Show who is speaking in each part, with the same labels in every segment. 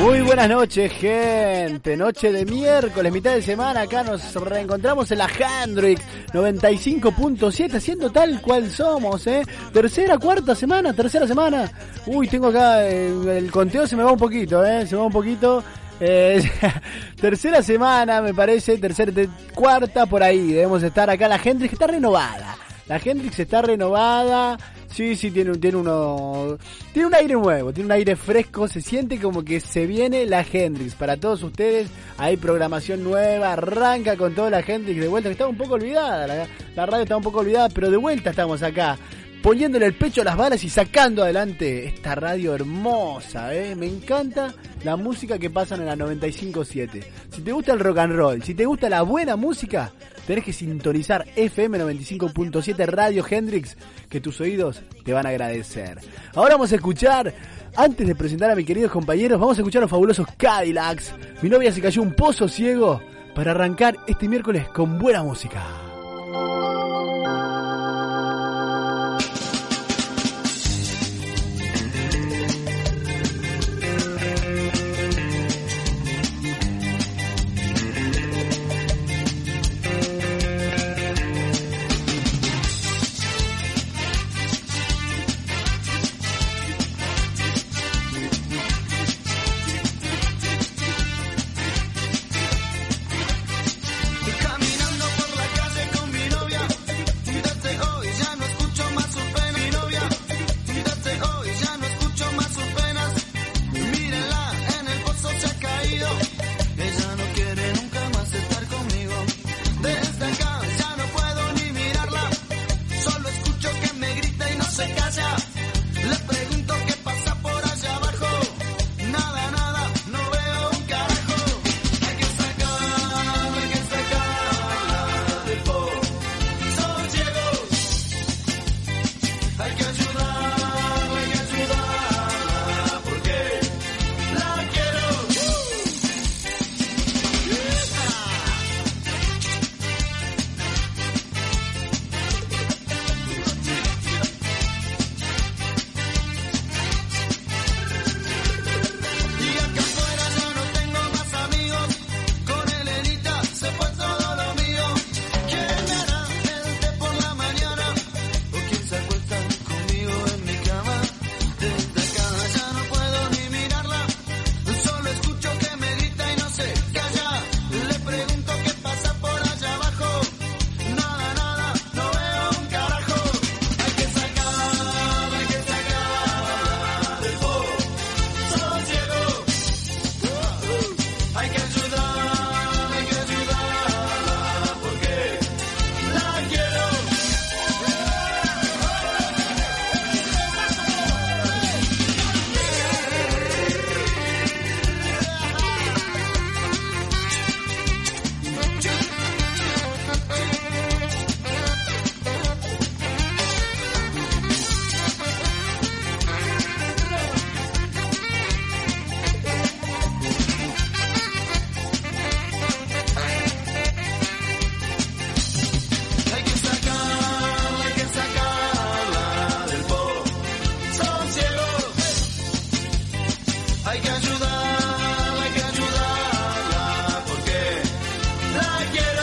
Speaker 1: Muy buenas noches, gente. Noche de miércoles, mitad de semana. Acá nos reencontramos en la Hendrix 95.7, haciendo tal cual somos, ¿eh? Tercera, cuarta semana, tercera semana. Uy, tengo acá eh, el conteo, se me va un poquito, ¿eh? Se me va un poquito. Eh, tercera semana, me parece, tercera, te- cuarta por ahí. Debemos estar acá. La Hendrix está renovada. La Hendrix está renovada. Sí, sí, tiene, un- tiene uno. Tiene un aire nuevo, tiene un aire fresco. Se siente como que se viene la Hendrix. Para todos ustedes, hay programación nueva. Arranca con toda la Hendrix de vuelta, que estaba un poco olvidada. La, la radio estaba un poco olvidada, pero de vuelta estamos acá. Poniéndole el pecho a las balas y sacando adelante esta radio hermosa, ¿eh? Me encanta la música que pasan en la 95.7. Si te gusta el rock and roll, si te gusta la buena música, tenés que sintonizar FM 95.7 Radio Hendrix, que tus oídos te van a agradecer. Ahora vamos a escuchar, antes de presentar a mis queridos compañeros, vamos a escuchar a los fabulosos Cadillacs. Mi novia se cayó un pozo ciego para arrancar este miércoles con buena música.
Speaker 2: Caminando por la calle con mi novia, cuídate hoy, ya no escucho más sus penas. Mi novia, cuídate hoy, ya no escucho más sus penas. Mírenla, en el pozo se ha caído. Ella no quiere nunca más estar conmigo. Desde acá ya no puedo ni mirarla, solo escucho que me grita y no se calla. Le pregunto qué pasa por allá abajo. Nada, nada, no veo un carajo. Hay que sacar, hay que sacar del pozo ciego. Hay que ayudar, hay que ayudarla porque la quiero. Y acá afuera ya no tengo más amigos. Con Elenita se fue todo lo mío. ¿Quién me hará el té por la mañana? ¿O quién se acuesta conmigo en mi cama? Desde acá ya no puedo ni mirarla. Solo escucho que me grita y no se calla. Le pregunto qué pasa por allá abajo. Nada, nada, no veo un carajo. Hay que sacar, hay que sacar del pozo ciego. Hay que ayudar, hay que ayudarla porque la quiero. Hay que sacarla, hay que sacarla del pozo ciego. Hay que ayudarla, hay que ayudarla porque la quiero.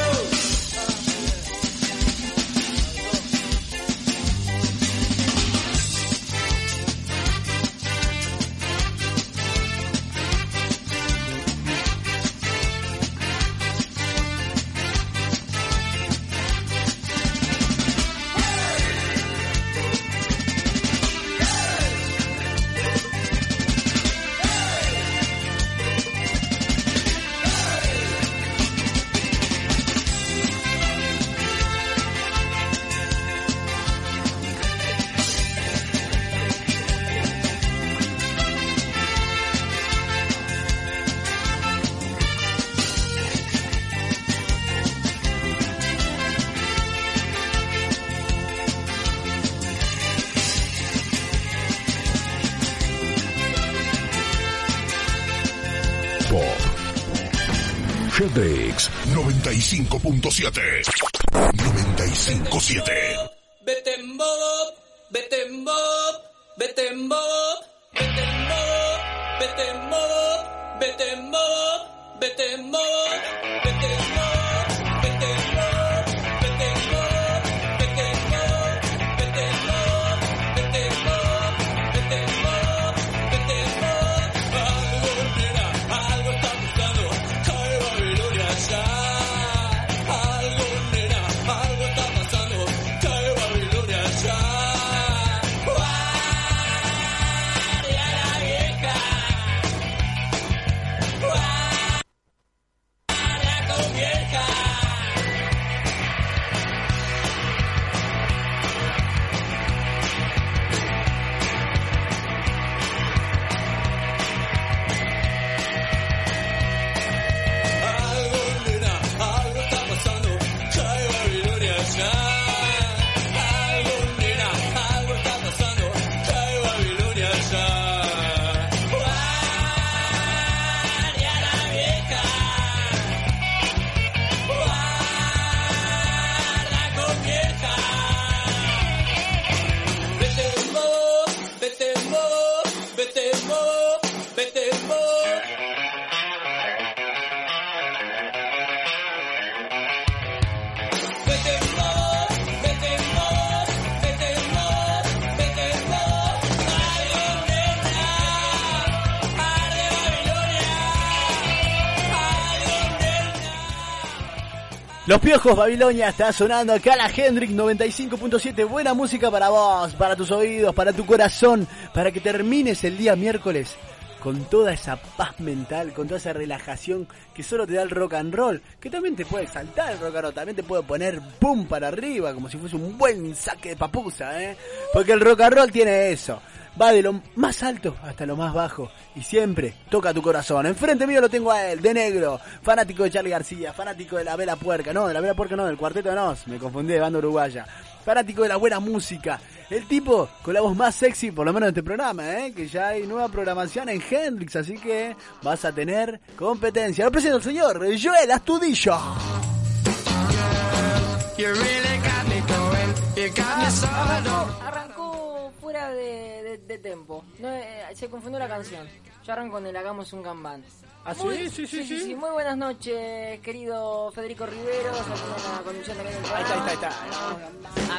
Speaker 3: Pop. Hendrix 95.7. 95.7.
Speaker 4: Betem Bob, Betem Bob, Betem Bob, Betem Bob, vete modo, vete modo, vete modo, vete modo, vete modo, vete modo, vete modo, vete modo, vete modo, vete modo, vete modo. Algo volverá, algo está buscando, cae Babilonia ya. Algo volverá, algo está pasando, cae Babilonia ya. ¡Guardia la vieja! ¡Para con vieja! Algo nena, algo está pasando, cae Babilonia ya. Algo nena, algo está pasando, cae Babilonia ya. ¡Guardia la vieja! Guarda con vieja. Vete en modo, vete en modo, vete en modo, vete en modo. Vete en modo, vete en modo, vete en modo, vete en modo. Algo nena, arde Babilonia. Algo nena.
Speaker 1: Los Piojos Babilonia está sonando acá la Hendrix 95.7. Buena música para vos, para tus oídos, para tu corazón, para que termines el día miércoles con toda esa paz mental, con toda esa relajación que solo te da el rock and roll, que también te puede exaltar el rock and roll, también te puede poner boom para arriba, como si fuese un buen saque de papusa, ¿eh? Porque el rock and roll tiene eso. Va de lo más alto hasta lo más bajo y siempre toca tu corazón. Enfrente mío lo tengo a él, de negro, fanático de Charlie García, fanático de la vela puerca, no, de la vela puerca no, del cuarteto de nos, me confundí de banda uruguaya. Fanático de la buena música, el tipo con la voz más sexy, por lo menos en este programa, ¿eh? que ya hay nueva programación en Hendrix, así que vas a tener competencia. Lo presento al señor Joel Astudillo.
Speaker 2: You really got me going, you got me sawed off.
Speaker 5: Arrancó fuera de, de- de tempo. No, eh, se confundió la canción. Yo arranco con el Hagamos un Kanban.
Speaker 1: ¿Ah, sí?
Speaker 5: Muy-
Speaker 1: Sí, sí, sí.
Speaker 5: Muy buenas noches, querido Federico Rivero. Se hace una conducción también del
Speaker 1: Ahí está, ahí está, ahí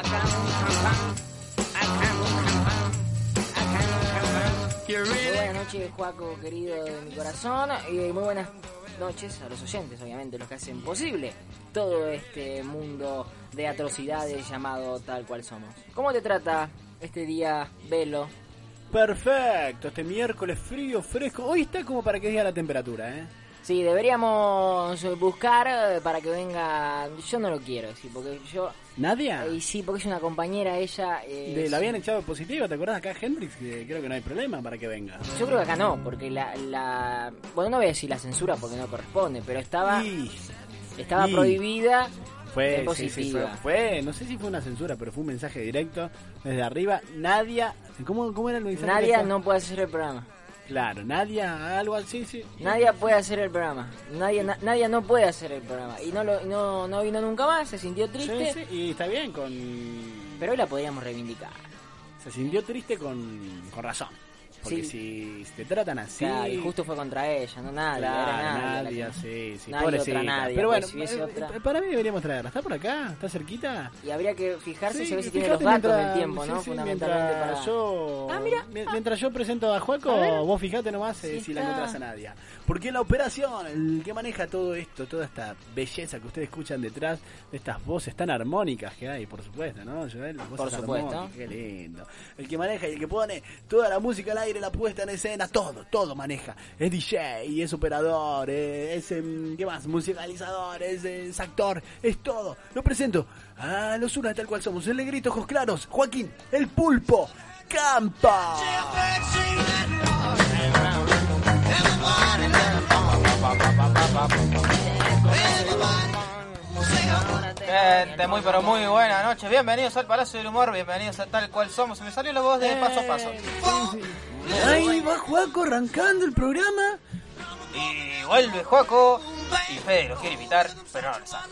Speaker 5: Muy buenas noches, Juaco, querido de mi corazón. Y muy buenas noches a los oyentes, obviamente, los que hacen posible todo este mundo de atrocidades llamado tal cual somos. ¿Cómo te trata este día, Velo?
Speaker 1: Perfecto, este miércoles frío, fresco. Hoy está como para que diga la temperatura, ¿eh?
Speaker 5: Sí, deberíamos eh, buscar eh, para que venga. Yo no lo quiero, sí, porque yo. eh,
Speaker 1: ¿Nadia?
Speaker 5: Y sí, porque es una compañera ella. eh,
Speaker 1: De, la
Speaker 5: sí.
Speaker 1: habían echado positiva, ¿te acordás acá Hendrix? Que creo que no hay problema para que venga.
Speaker 5: Yo creo que acá no, porque la, la. Bueno, no voy a decir la censura porque no corresponde, pero estaba.
Speaker 1: Y
Speaker 5: Estaba
Speaker 1: y-
Speaker 5: prohibida.
Speaker 1: fue,
Speaker 5: de
Speaker 1: sí, sí, fue,
Speaker 5: positiva.
Speaker 1: fue- no sé si fue una censura, pero fue un mensaje directo desde arriba. Nadia, ¿cómo, cómo era el mensaje?
Speaker 5: Nadia
Speaker 1: directo?
Speaker 5: no puede hacer el programa.
Speaker 1: Claro, Nadia, algo así, sí.
Speaker 5: Nadia puede hacer el programa. Nadia, na- Nadia no puede hacer el programa. Y no, lo, y no, no vino nunca más, se sintió triste.
Speaker 1: Sí, sí, y está bien, con...
Speaker 5: Pero hoy la podríamos reivindicar.
Speaker 1: se sintió triste con, con razón. Porque si te tratan así...
Speaker 5: Claro, y justo fue contra ella, no Nadia.
Speaker 1: Claro,
Speaker 5: era Nadia, la
Speaker 1: Nadia,
Speaker 5: que-
Speaker 1: sí, sí,
Speaker 5: Nadia,
Speaker 1: pobrecita.
Speaker 5: otra Nadia,
Speaker 1: Pero bueno,
Speaker 5: pues, si hubiese
Speaker 1: eh,
Speaker 5: otra.
Speaker 1: eh, para mí deberíamos traerla. ¿Está por acá? ¿Está cerquita?
Speaker 5: Y habría que fijarse
Speaker 1: Sí,
Speaker 5: si a ver si tiene los
Speaker 1: fíjate
Speaker 5: datos
Speaker 1: mientras-
Speaker 5: del tiempo,
Speaker 1: sí,
Speaker 5: ¿no?
Speaker 1: sí,
Speaker 5: Fundamentalmente
Speaker 1: mientras
Speaker 5: para
Speaker 1: yo,
Speaker 5: Ah, mira.
Speaker 1: mi-
Speaker 5: Ah.
Speaker 1: mientras yo presento a Juaco,
Speaker 5: A ver.
Speaker 1: vos fijate nomás eh,
Speaker 5: Sí,
Speaker 1: si la
Speaker 5: está.
Speaker 1: encontrás a Nadia. Porque la operación, el que maneja todo esto, toda esta belleza que ustedes escuchan detrás, de estas voces tan armónicas que hay, por supuesto, ¿no? Joel? Las voces
Speaker 5: Por supuesto.
Speaker 1: armónicas, Qué lindo. El que maneja y el que pone toda la música al aire, la puesta en escena, todo, todo maneja. Es DJ, es operador, eh, es, em, ¿qué más? Musicalizador, es, eh, es actor, es todo. Lo presento a los una tal cual somos, el negrito ojos claros, Joaquín, el pulpo, Campa.
Speaker 6: Gente, muy pero muy buenas noches. Bienvenidos al Palacio del Humor, bienvenidos a tal cual somos. Se me salió la voz de paso a paso.
Speaker 1: Ahí va Juaco arrancando el programa.
Speaker 6: Y vuelve Joaco y Fede lo quiere invitar, pero no lo sabe.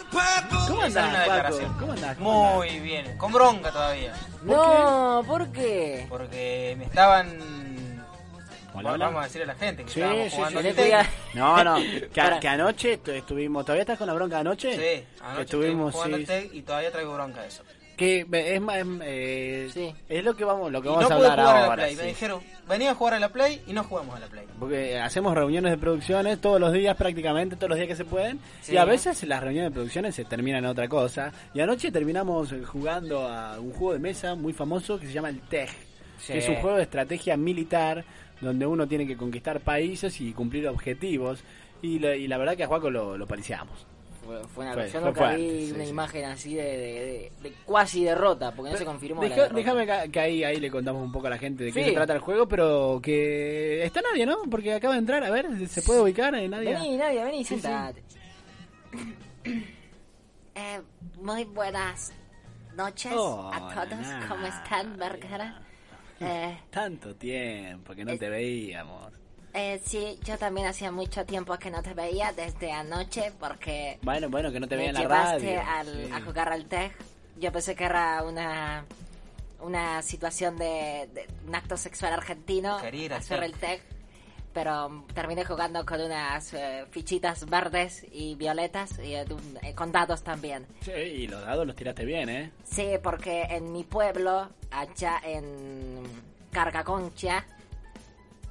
Speaker 1: ¿Cómo
Speaker 6: Me sale una
Speaker 1: andás, Juaco?
Speaker 6: declaración.
Speaker 1: ¿Cómo andás? ¿Cómo andás?
Speaker 6: Muy bien, con bronca todavía.
Speaker 5: No, ¿por qué?
Speaker 6: Porque me estaban
Speaker 1: Hola, hola.
Speaker 6: Vamos a decirle a la gente que
Speaker 1: Sí,
Speaker 6: estábamos
Speaker 1: sí,
Speaker 6: jugando
Speaker 5: El
Speaker 1: sí,
Speaker 6: al
Speaker 5: otro día-
Speaker 6: Tekken.
Speaker 1: No, no, que,
Speaker 5: Para.
Speaker 1: que anoche tu- estuvimos, ¿todavía estás con la bronca de anoche?
Speaker 6: Sí,
Speaker 1: Que
Speaker 6: anoche estuvimos
Speaker 1: estuvimos,
Speaker 6: jugando
Speaker 1: sí.
Speaker 6: al Tekken y todavía traigo bronca de eso.
Speaker 1: Que eh, es más, em, eh,
Speaker 5: Sí.
Speaker 1: es lo que vamos, lo que
Speaker 6: Y
Speaker 1: vamos
Speaker 6: no
Speaker 1: a
Speaker 6: pude
Speaker 1: hablar
Speaker 6: jugar a la
Speaker 1: ahora.
Speaker 6: Play. Me
Speaker 1: sí.
Speaker 6: dijeron, venía a jugar a la Play y no jugamos a la Play.
Speaker 1: Porque hacemos reuniones de producciones todos los días, prácticamente todos los días que se pueden.
Speaker 5: Sí.
Speaker 1: Y a veces las reuniones de producciones se terminan en otra cosa. Y anoche terminamos eh, jugando a un juego de mesa muy famoso que se llama el TEG.
Speaker 5: Sí.
Speaker 1: Que es un juego de estrategia militar donde uno tiene que conquistar países y cumplir objetivos. Y, la- y la verdad que a Juaco lo, lo paliciamos.
Speaker 5: Fue, fue una,
Speaker 1: Fue-
Speaker 5: yo
Speaker 1: fue
Speaker 5: nunca
Speaker 1: fuerte,
Speaker 5: vi
Speaker 1: sí,
Speaker 5: una
Speaker 1: sí.
Speaker 5: imagen así de, de, de- de cuasi derrota, porque no se confirmó. la
Speaker 1: Deja-
Speaker 5: derrota.
Speaker 1: déjame ca- que ahí, ahí le contamos un poco a la gente de qué
Speaker 5: Sí.
Speaker 1: se trata el juego, pero que está nadie, ¿no? Porque acaba de entrar, a ver, ¿se puede ubicar? Eh, Nadia?
Speaker 5: Vení, Nadia, vení,
Speaker 1: Sí, sí.
Speaker 5: sentate.
Speaker 7: Eh, muy buenas noches
Speaker 1: Hola,
Speaker 7: a todos.
Speaker 1: Nadia.
Speaker 7: ¿Cómo están, Vergara? Eh,
Speaker 1: Tanto tiempo que no te veíamos.
Speaker 7: eh, sí, yo también hacía mucho tiempo que no te veía desde anoche porque
Speaker 1: Bueno, bueno, que no te
Speaker 7: me
Speaker 1: veía en la
Speaker 7: llevaste
Speaker 1: radio.
Speaker 7: al-
Speaker 1: sí.
Speaker 7: a jugar al TEG. Yo pensé que era una una situación de, de un acto sexual argentino
Speaker 6: Quería ir al
Speaker 7: hacer
Speaker 6: TEG.
Speaker 7: el TEG. Pero terminé jugando con unas eh, fichitas verdes y violetas y eh, un- eh, con dados también.
Speaker 1: Sí, y los dados los tiraste bien, ¿eh?
Speaker 7: Sí, porque en mi pueblo, allá en Carcaconcha,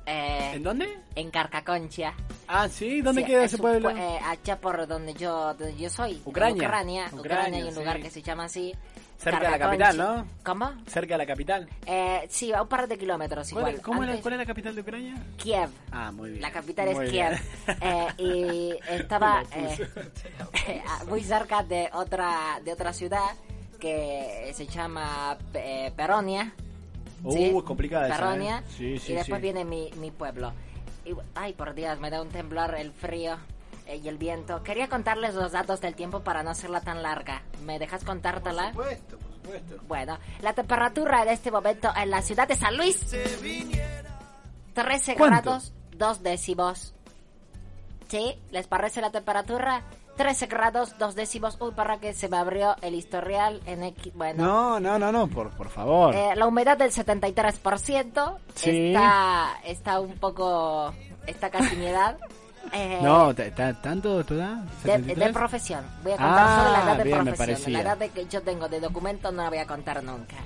Speaker 7: eh,
Speaker 1: ¿En dónde?
Speaker 7: en Carcaconcha.
Speaker 1: Ah, sí, ¿dónde
Speaker 7: sí,
Speaker 1: queda
Speaker 7: es
Speaker 1: ese
Speaker 7: un
Speaker 1: pueblo?
Speaker 7: pue- eh, allá por donde yo, donde yo soy. en
Speaker 1: Ucrania.
Speaker 7: Ucrania.
Speaker 1: Ucrania,
Speaker 7: Ucrania, hay un
Speaker 1: sí.
Speaker 7: lugar que se llama así.
Speaker 1: Cerca de la
Speaker 7: Carcaconcha.
Speaker 1: capital, ¿no?
Speaker 7: ¿Cómo?
Speaker 1: Cerca de la capital.
Speaker 7: Eh, sí, a un par de kilómetros
Speaker 1: ¿Cuál,
Speaker 7: igual.
Speaker 1: cómo era-
Speaker 7: Antes-
Speaker 1: cuál es la capital de Ucrania?
Speaker 7: Kiev.
Speaker 1: Ah, muy bien.
Speaker 7: La capital
Speaker 1: Muy
Speaker 7: es
Speaker 1: bien.
Speaker 7: Kiev. Eh, y estaba eh, a- muy cerca de otra de otra ciudad que se llama eh, Peronia.
Speaker 1: Uh, es complicada esa,
Speaker 7: Peronia.
Speaker 1: ¿eh? Sí, sí,
Speaker 7: y después
Speaker 1: sí.
Speaker 7: viene mi, mi pueblo. Y, ay, por Dios, me da un temblor el frío eh, y el viento. Quería contarles los datos del tiempo para no hacerla tan larga. ¿Me dejas contártela?
Speaker 6: supuesto, por supuesto.
Speaker 7: Bueno, la temperatura en este momento en la ciudad de San Luis. 13
Speaker 1: ¿Cuánto?
Speaker 7: grados, 2 décimos. ¿Sí? ¿Les parece la temperatura? 13 grados, 2 décimos. Uy, para que se me abrió el historial en X. Bueno.
Speaker 1: No, no, no, no, por, por favor.
Speaker 7: Eh, la humedad del 73%.
Speaker 1: Sí.
Speaker 7: Está, está un poco... Está casi mi edad. Eh,
Speaker 1: no, ta- ta- ¿tanto tu edad?
Speaker 7: de,
Speaker 1: ¿73?
Speaker 7: de profesión. Voy a contar
Speaker 1: Ah,
Speaker 7: solo la edad de
Speaker 1: bien, me
Speaker 7: profesión.
Speaker 1: parecía.
Speaker 7: La edad de que yo tengo de documento no la voy a contar nunca.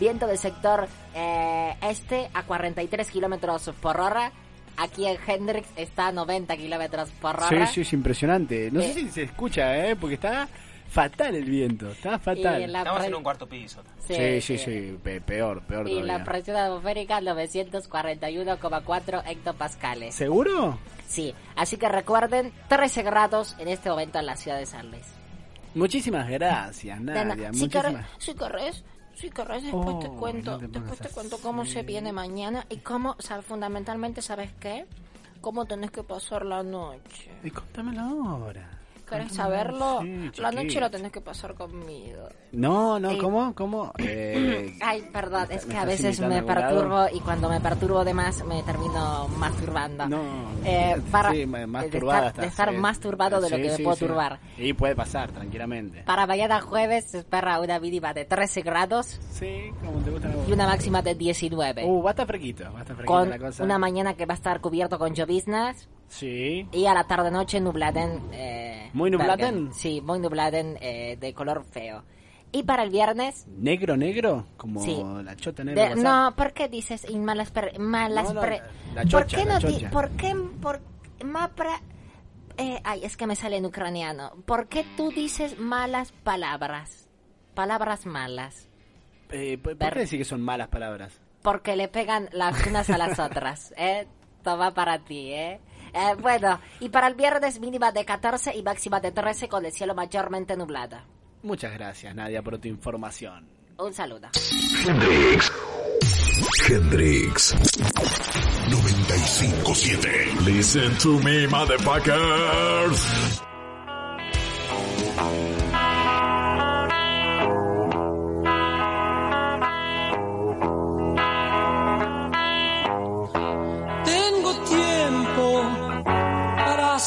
Speaker 7: Viento del sector eh, este a 43 kilómetros por hora. Aquí en Hendrix está a 90 kilómetros por
Speaker 1: sí,
Speaker 7: hora.
Speaker 1: sí, es impresionante. No sé
Speaker 7: Eh.
Speaker 1: si se escucha, ¿eh? Porque está fatal el viento, está
Speaker 7: Y
Speaker 1: fatal.
Speaker 7: la
Speaker 6: Estamos
Speaker 7: pre-
Speaker 6: en un cuarto piso.
Speaker 7: sí,
Speaker 1: Sí, sí,
Speaker 7: sí.
Speaker 1: sí, pe- peor, peor
Speaker 7: Y la
Speaker 1: todavía.
Speaker 7: presión atmosférica 941,4 hectopascales.
Speaker 1: ¿Seguro?
Speaker 7: Sí, así que recuerden, 13 grados en este momento en la ciudad de San Luis.
Speaker 1: Muchísimas gracias,
Speaker 7: De na-
Speaker 1: Nadia.
Speaker 7: si, querés,
Speaker 1: Muchísimas.
Speaker 7: si querés, si querés, después te
Speaker 1: Oh,
Speaker 7: cuento,
Speaker 1: no te pongas
Speaker 7: después te cuento cómo se viene mañana y cómo, o sea, fundamentalmente, ¿sabes qué? Cómo tenés que pasar la noche.
Speaker 1: Y contámelo ahora.
Speaker 7: ¿Querés saberlo?
Speaker 1: Sí,
Speaker 7: la noche
Speaker 1: chiquis.
Speaker 7: la tenés que pasar conmigo.
Speaker 1: No, no,
Speaker 7: Eh.
Speaker 1: ¿cómo? ¿Cómo? Eh,
Speaker 7: Ay, perdón, es
Speaker 1: ¿me
Speaker 7: que a
Speaker 1: estás
Speaker 7: veces
Speaker 1: invitando
Speaker 7: me
Speaker 1: a algún
Speaker 7: perturbo y cuando me perturbo de más me termino masturbando.
Speaker 1: No,
Speaker 7: Eh, para
Speaker 1: sí, ma- más
Speaker 7: de
Speaker 1: turbada
Speaker 7: estar, de
Speaker 1: estás,
Speaker 7: estar
Speaker 1: sí.
Speaker 7: más turbado de lo
Speaker 1: Sí,
Speaker 7: que me
Speaker 1: sí,
Speaker 7: puedo
Speaker 1: sí.
Speaker 7: turbar.
Speaker 1: Y puede pasar, tranquilamente.
Speaker 7: Para mañana jueves se espera una mínima de 13 grados
Speaker 1: Sí, como te gusta. a vos.
Speaker 7: y una máxima de 19.
Speaker 1: Uh, va a estar fresquito, va a estar fresquito
Speaker 7: con
Speaker 1: la cosa.
Speaker 7: una mañana que va a estar cubierto con lloviznas
Speaker 1: Sí.
Speaker 7: y a la tarde noche nubladen eh,
Speaker 1: ¿Muy nubladen?
Speaker 7: Bergen. sí muy nubladen eh, de color feo y para el viernes
Speaker 1: ¿Negro, negro? Como
Speaker 7: Sí.
Speaker 1: la chota
Speaker 7: de-
Speaker 1: negra. que pasa.
Speaker 7: no por qué dices in malas per- malas
Speaker 1: No, no,
Speaker 7: pre-
Speaker 1: la- la chocha,
Speaker 7: por qué
Speaker 1: la
Speaker 7: no di-
Speaker 1: chocha.
Speaker 7: por qué por mapra eh, ay es que me sale en ucraniano por qué tú dices malas palabras palabras malas
Speaker 1: Eh, ¿Por por
Speaker 7: Ver-
Speaker 1: qué decir que son malas palabras?
Speaker 7: porque le pegan las unas a las otras. ¿eh? Toma para ti, ¿eh? Eh, Bueno, y para el viernes mínima de 14 y máxima de 13 con el cielo mayormente nublado.
Speaker 1: Muchas gracias, Nadia, por tu información.
Speaker 7: Un saludo.
Speaker 3: Hendrix. Hendrix. 95.7.
Speaker 8: Listen to me, motherfuckers.
Speaker 4: Tengo tiempo para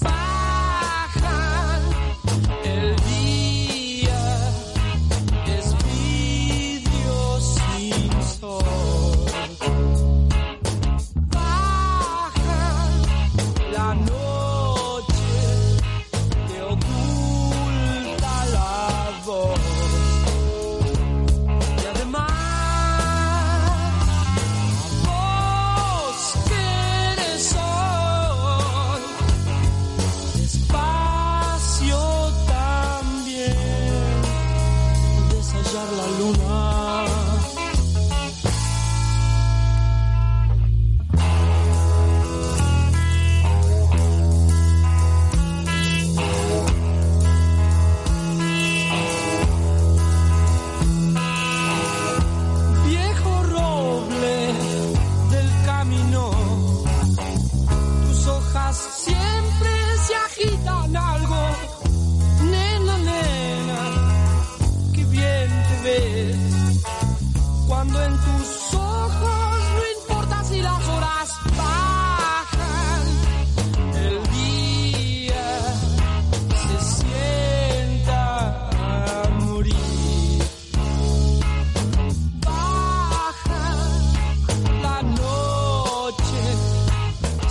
Speaker 9: bajan, el día es vidrio sin sol. Baja la noche, te oculta la voz. Y además, vos que eres sol, despacio también, deshallar la luna. viejo roble del camino. Tus hojas siempre se agitan algo. Nena, nena, qué bien te ves. Cuando en tus ojos no importa si las horas bajan, el día se sienta a morir baja la noche,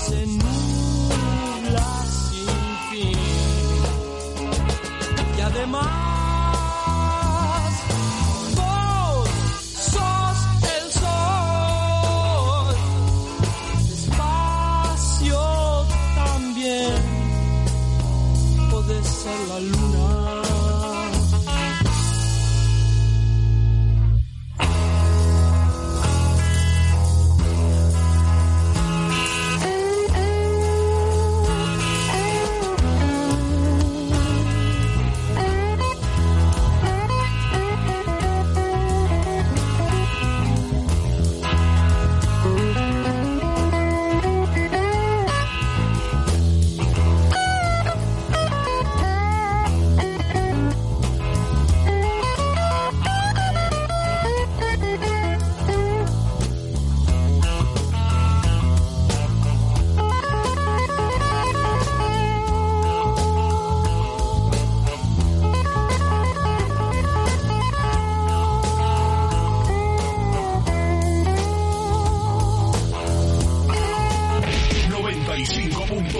Speaker 9: se nubla sin fin. Y además, vos sos el sol, despacio también podés ser la luna.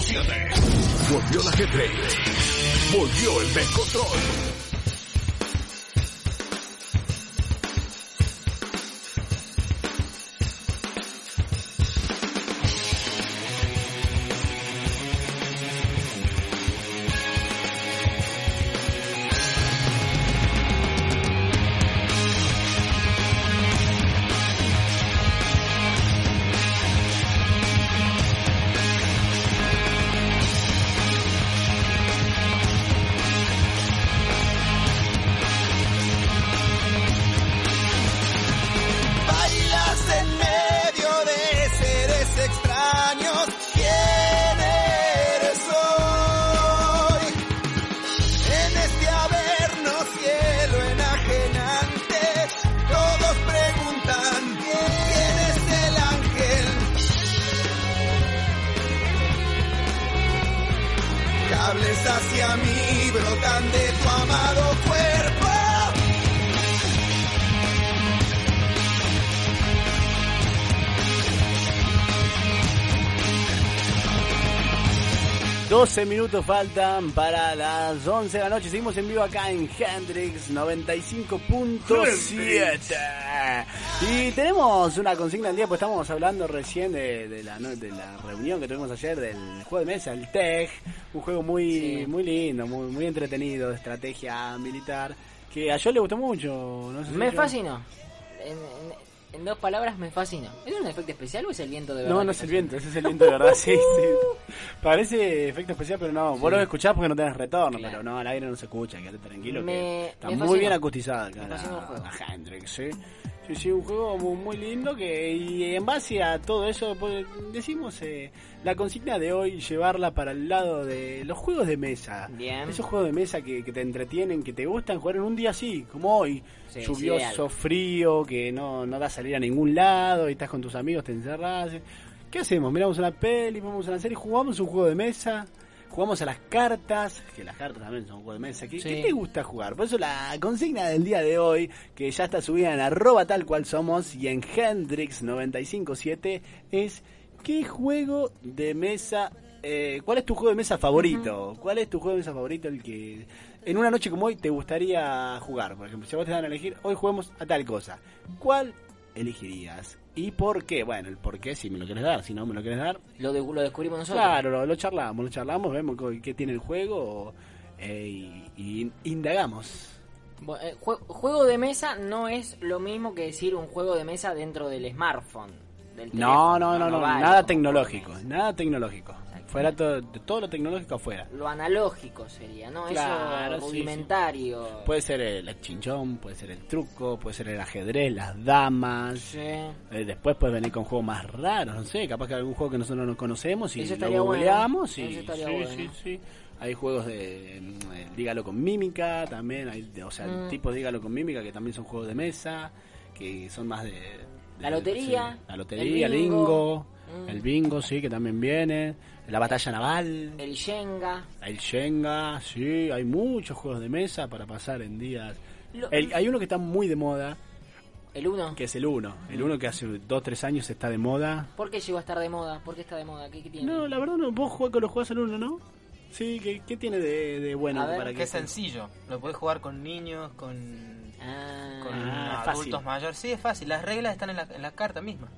Speaker 3: Volvió la gente. Volvió el descontrol.
Speaker 2: Bailas en medio de seres extraños. ¿Quién eres hoy? En este averno cielo enajenante, todos preguntan quién es el ángel. Cables hacia mí brotan de tu amado cuerpo.
Speaker 1: Bueno, 12 minutos faltan para las 11 de la noche. Seguimos en vivo acá en Hendrix 95.7. Y tenemos una consigna del día, pues estábamos hablando recién de, de la, no- de la reunión que tuvimos ayer del juego de mesa, el TEG. Un juego muy, muy lindo, muy, muy entretenido, de estrategia militar. Que a yo le gustó mucho. No sé si
Speaker 5: Me
Speaker 1: yo-
Speaker 5: fascinó. En, en- en dos palabras, me fascinó. ¿Es un efecto especial o es el viento de verdad?
Speaker 1: No, no es el viento, ese es el viento de verdad, sí,
Speaker 5: Uh.
Speaker 1: sí. Parece efecto especial, pero no, vos lo escuchás porque no tenés retorno,
Speaker 5: Claro.
Speaker 1: pero no, al aire no se escucha, quédate tranquilo
Speaker 5: Me-
Speaker 1: que está
Speaker 5: me
Speaker 1: muy
Speaker 5: fascinó.
Speaker 1: bien acustizada acá
Speaker 5: Me
Speaker 1: la,
Speaker 5: fascinó el juego.
Speaker 1: la Hendrix, ¿sí? Sí, sí, un juego mu- muy lindo que y en base a todo eso pues, decimos eh, la consigna de hoy llevarla para el lado de los juegos de mesa.
Speaker 5: Bien.
Speaker 1: Esos juegos de mesa que, que te entretienen, que te gustan jugar en un día así, como hoy,
Speaker 5: Sí, es
Speaker 1: lluvioso, frío, que no, no da salir a ningún lado, y estás con tus amigos, te encerrás. eh. ¿Qué hacemos? Miramos una peli, vamos a la serie, jugamos un juego de mesa. Jugamos a las cartas, que las cartas también son juegos de mesa. ¿Qué,
Speaker 5: Sí.
Speaker 1: qué te gusta jugar? Por eso la consigna del día de hoy, que ya está subida en arroba tal cual somos y en Hendrix957, es ¿qué juego de mesa, eh, cuál es tu juego de mesa favorito? ¿Cuál es tu juego de mesa favorito el que en una noche como hoy te gustaría jugar? Por ejemplo, si a vos te dan a elegir, hoy juguemos a tal cosa. ¿Cuál elegirías? ¿Y por qué? Bueno, el por qué si me lo querés dar, si no me lo querés dar,
Speaker 5: Lo, de- lo descubrimos nosotros.
Speaker 1: Claro, lo, lo charlamos, lo charlamos, vemos co- qué tiene el juego eh, y, y indagamos.
Speaker 5: Bu- eh, jue- juego de mesa no es lo mismo que decir un juego de mesa dentro del smartphone. Del
Speaker 1: No,
Speaker 5: teléfono.
Speaker 1: no, no, no,
Speaker 5: vale
Speaker 1: nada
Speaker 5: como
Speaker 1: tecnológico,
Speaker 5: juego de
Speaker 1: nada tecnológico. Fuera todo, todo lo tecnológico afuera.
Speaker 5: mesa. Lo analógico sería, ¿no?
Speaker 1: Claro, sí,
Speaker 5: Eso
Speaker 1: sí.
Speaker 5: rudimentario.
Speaker 1: Puede ser el chinchón, puede ser el truco, puede ser el ajedrez, las damas.
Speaker 5: Sí.
Speaker 1: Eh, después puedes venir con juegos más raros, no sé, capaz que algún juego que nosotros no conocemos y
Speaker 5: Eso
Speaker 1: lo
Speaker 5: estaría bueno.
Speaker 1: googleamos. y-
Speaker 5: Eso estaría
Speaker 1: sí,
Speaker 5: bueno.
Speaker 1: sí, sí. Hay juegos de, mm, eh, dígalo con mímica también, hay, de- o sea,
Speaker 5: Mm.
Speaker 1: tipos de dígalo con mímica que también son juegos de mesa, que son más de... de-
Speaker 5: La lotería,
Speaker 1: sí, la lotería, el
Speaker 5: el
Speaker 1: bingo,
Speaker 5: bingo.
Speaker 1: el bingo, sí, que también viene, la batalla naval.
Speaker 5: El Jenga.
Speaker 1: El Shenga, sí, hay muchos juegos de mesa para pasar en días.
Speaker 5: Lo-
Speaker 1: El- hay uno que está muy de moda,
Speaker 5: El 1.
Speaker 1: que es el 1. El 1 que hace 2-3 años está de moda.
Speaker 5: ¿Por qué llegó a estar de moda? ¿Por qué está de moda? ¿Qué, qué tiene?
Speaker 1: No, la verdad no, vos jugás con los juegos al 1, ¿no? Sí, ¿qué, qué tiene de, de bueno
Speaker 5: A ver,
Speaker 1: para
Speaker 6: Qué
Speaker 1: que...
Speaker 6: sencillo. Lo podés jugar con niños, con,
Speaker 5: Ah,
Speaker 6: con
Speaker 1: Ah,
Speaker 6: adultos
Speaker 1: fácil.
Speaker 6: mayores. Sí, es fácil. Las reglas están en la, en la carta misma.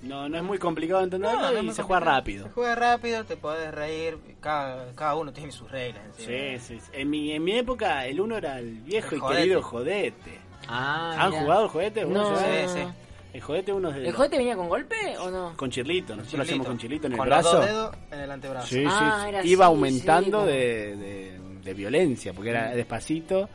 Speaker 1: No, no es muy complicado de entenderlo
Speaker 6: No, no es
Speaker 1: Ah, y
Speaker 6: muy
Speaker 1: se juega
Speaker 6: complicado.
Speaker 1: rápido.
Speaker 6: Se juega rápido, te podés reír. Cada, cada uno tiene sus reglas.
Speaker 1: Sí, sí, sí. En mi, en mi época el 1 era el viejo
Speaker 6: El
Speaker 1: y
Speaker 6: jodete.
Speaker 1: querido jodete.
Speaker 5: ah,
Speaker 1: ¿Han
Speaker 5: mirá.
Speaker 1: jugado el jodete? vos?
Speaker 5: No.
Speaker 1: Sí.
Speaker 6: Sí, sí.
Speaker 1: El jodete uno es de...
Speaker 5: ¿El juguete venía con golpe o no?
Speaker 1: Con chirlito, nosotros lo hacemos con chirlito en el
Speaker 6: Con los
Speaker 1: brazo.
Speaker 6: dos dedos en el antebrazo.
Speaker 1: Sí,
Speaker 5: Ah,
Speaker 1: sí, sí.
Speaker 5: era
Speaker 1: iba
Speaker 5: así,
Speaker 1: aumentando
Speaker 5: sí, como-
Speaker 1: de, de- de violencia, porque era despacito,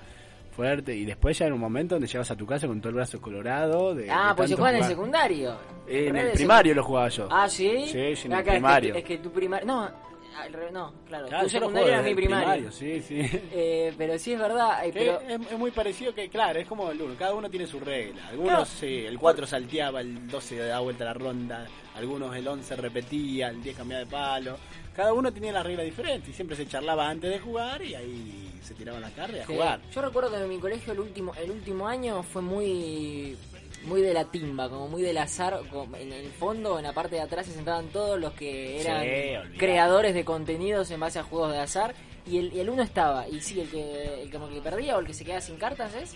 Speaker 1: fuerte, y después ya en un momento donde llegabas a tu casa con todo el brazo colorado. De,
Speaker 5: Ah,
Speaker 1: de
Speaker 5: pues se
Speaker 1: tanto
Speaker 5: juega en el
Speaker 1: jugar.
Speaker 5: secundario.
Speaker 1: Eh, en
Speaker 5: Re
Speaker 1: el
Speaker 5: de
Speaker 1: primario lo jugaba yo.
Speaker 5: secu- Ah, sí.
Speaker 1: Sí, sí, en
Speaker 5: Acá
Speaker 1: el
Speaker 5: es que-
Speaker 1: primario.
Speaker 5: Es que, tu primario. No, al revés, no, claro.
Speaker 1: Claro,
Speaker 5: tu
Speaker 1: yo lo
Speaker 5: secundario
Speaker 1: jugaba
Speaker 5: era mi
Speaker 1: desde el
Speaker 5: primario.
Speaker 1: sí, sí.
Speaker 5: Eh, pero sí es verdad. eh,
Speaker 1: Que
Speaker 5: pero,
Speaker 1: es, es muy parecido que, claro, es como el uno, cada uno tiene su regla. Algunos,
Speaker 5: Claro.
Speaker 1: sí, el 4 salteaba, el 12 daba vuelta la ronda, algunos el 11 repetía, el 10 cambiaba de palo. Cada uno tenía las reglas diferentes y siempre se charlaba antes de jugar y ahí se tiraban las cartas y a
Speaker 5: Sí.
Speaker 1: jugar.
Speaker 5: Yo recuerdo que en mi colegio el último, el último año fue muy muy de la timba, como muy del azar, como en el fondo, en la parte de atrás se sentaban todos los que eran
Speaker 1: Sí, olvidate.
Speaker 5: creadores de contenidos en base a juegos de azar y el, y el uno estaba, y sí, el que, el como que perdía o el que se quedaba sin cartas es...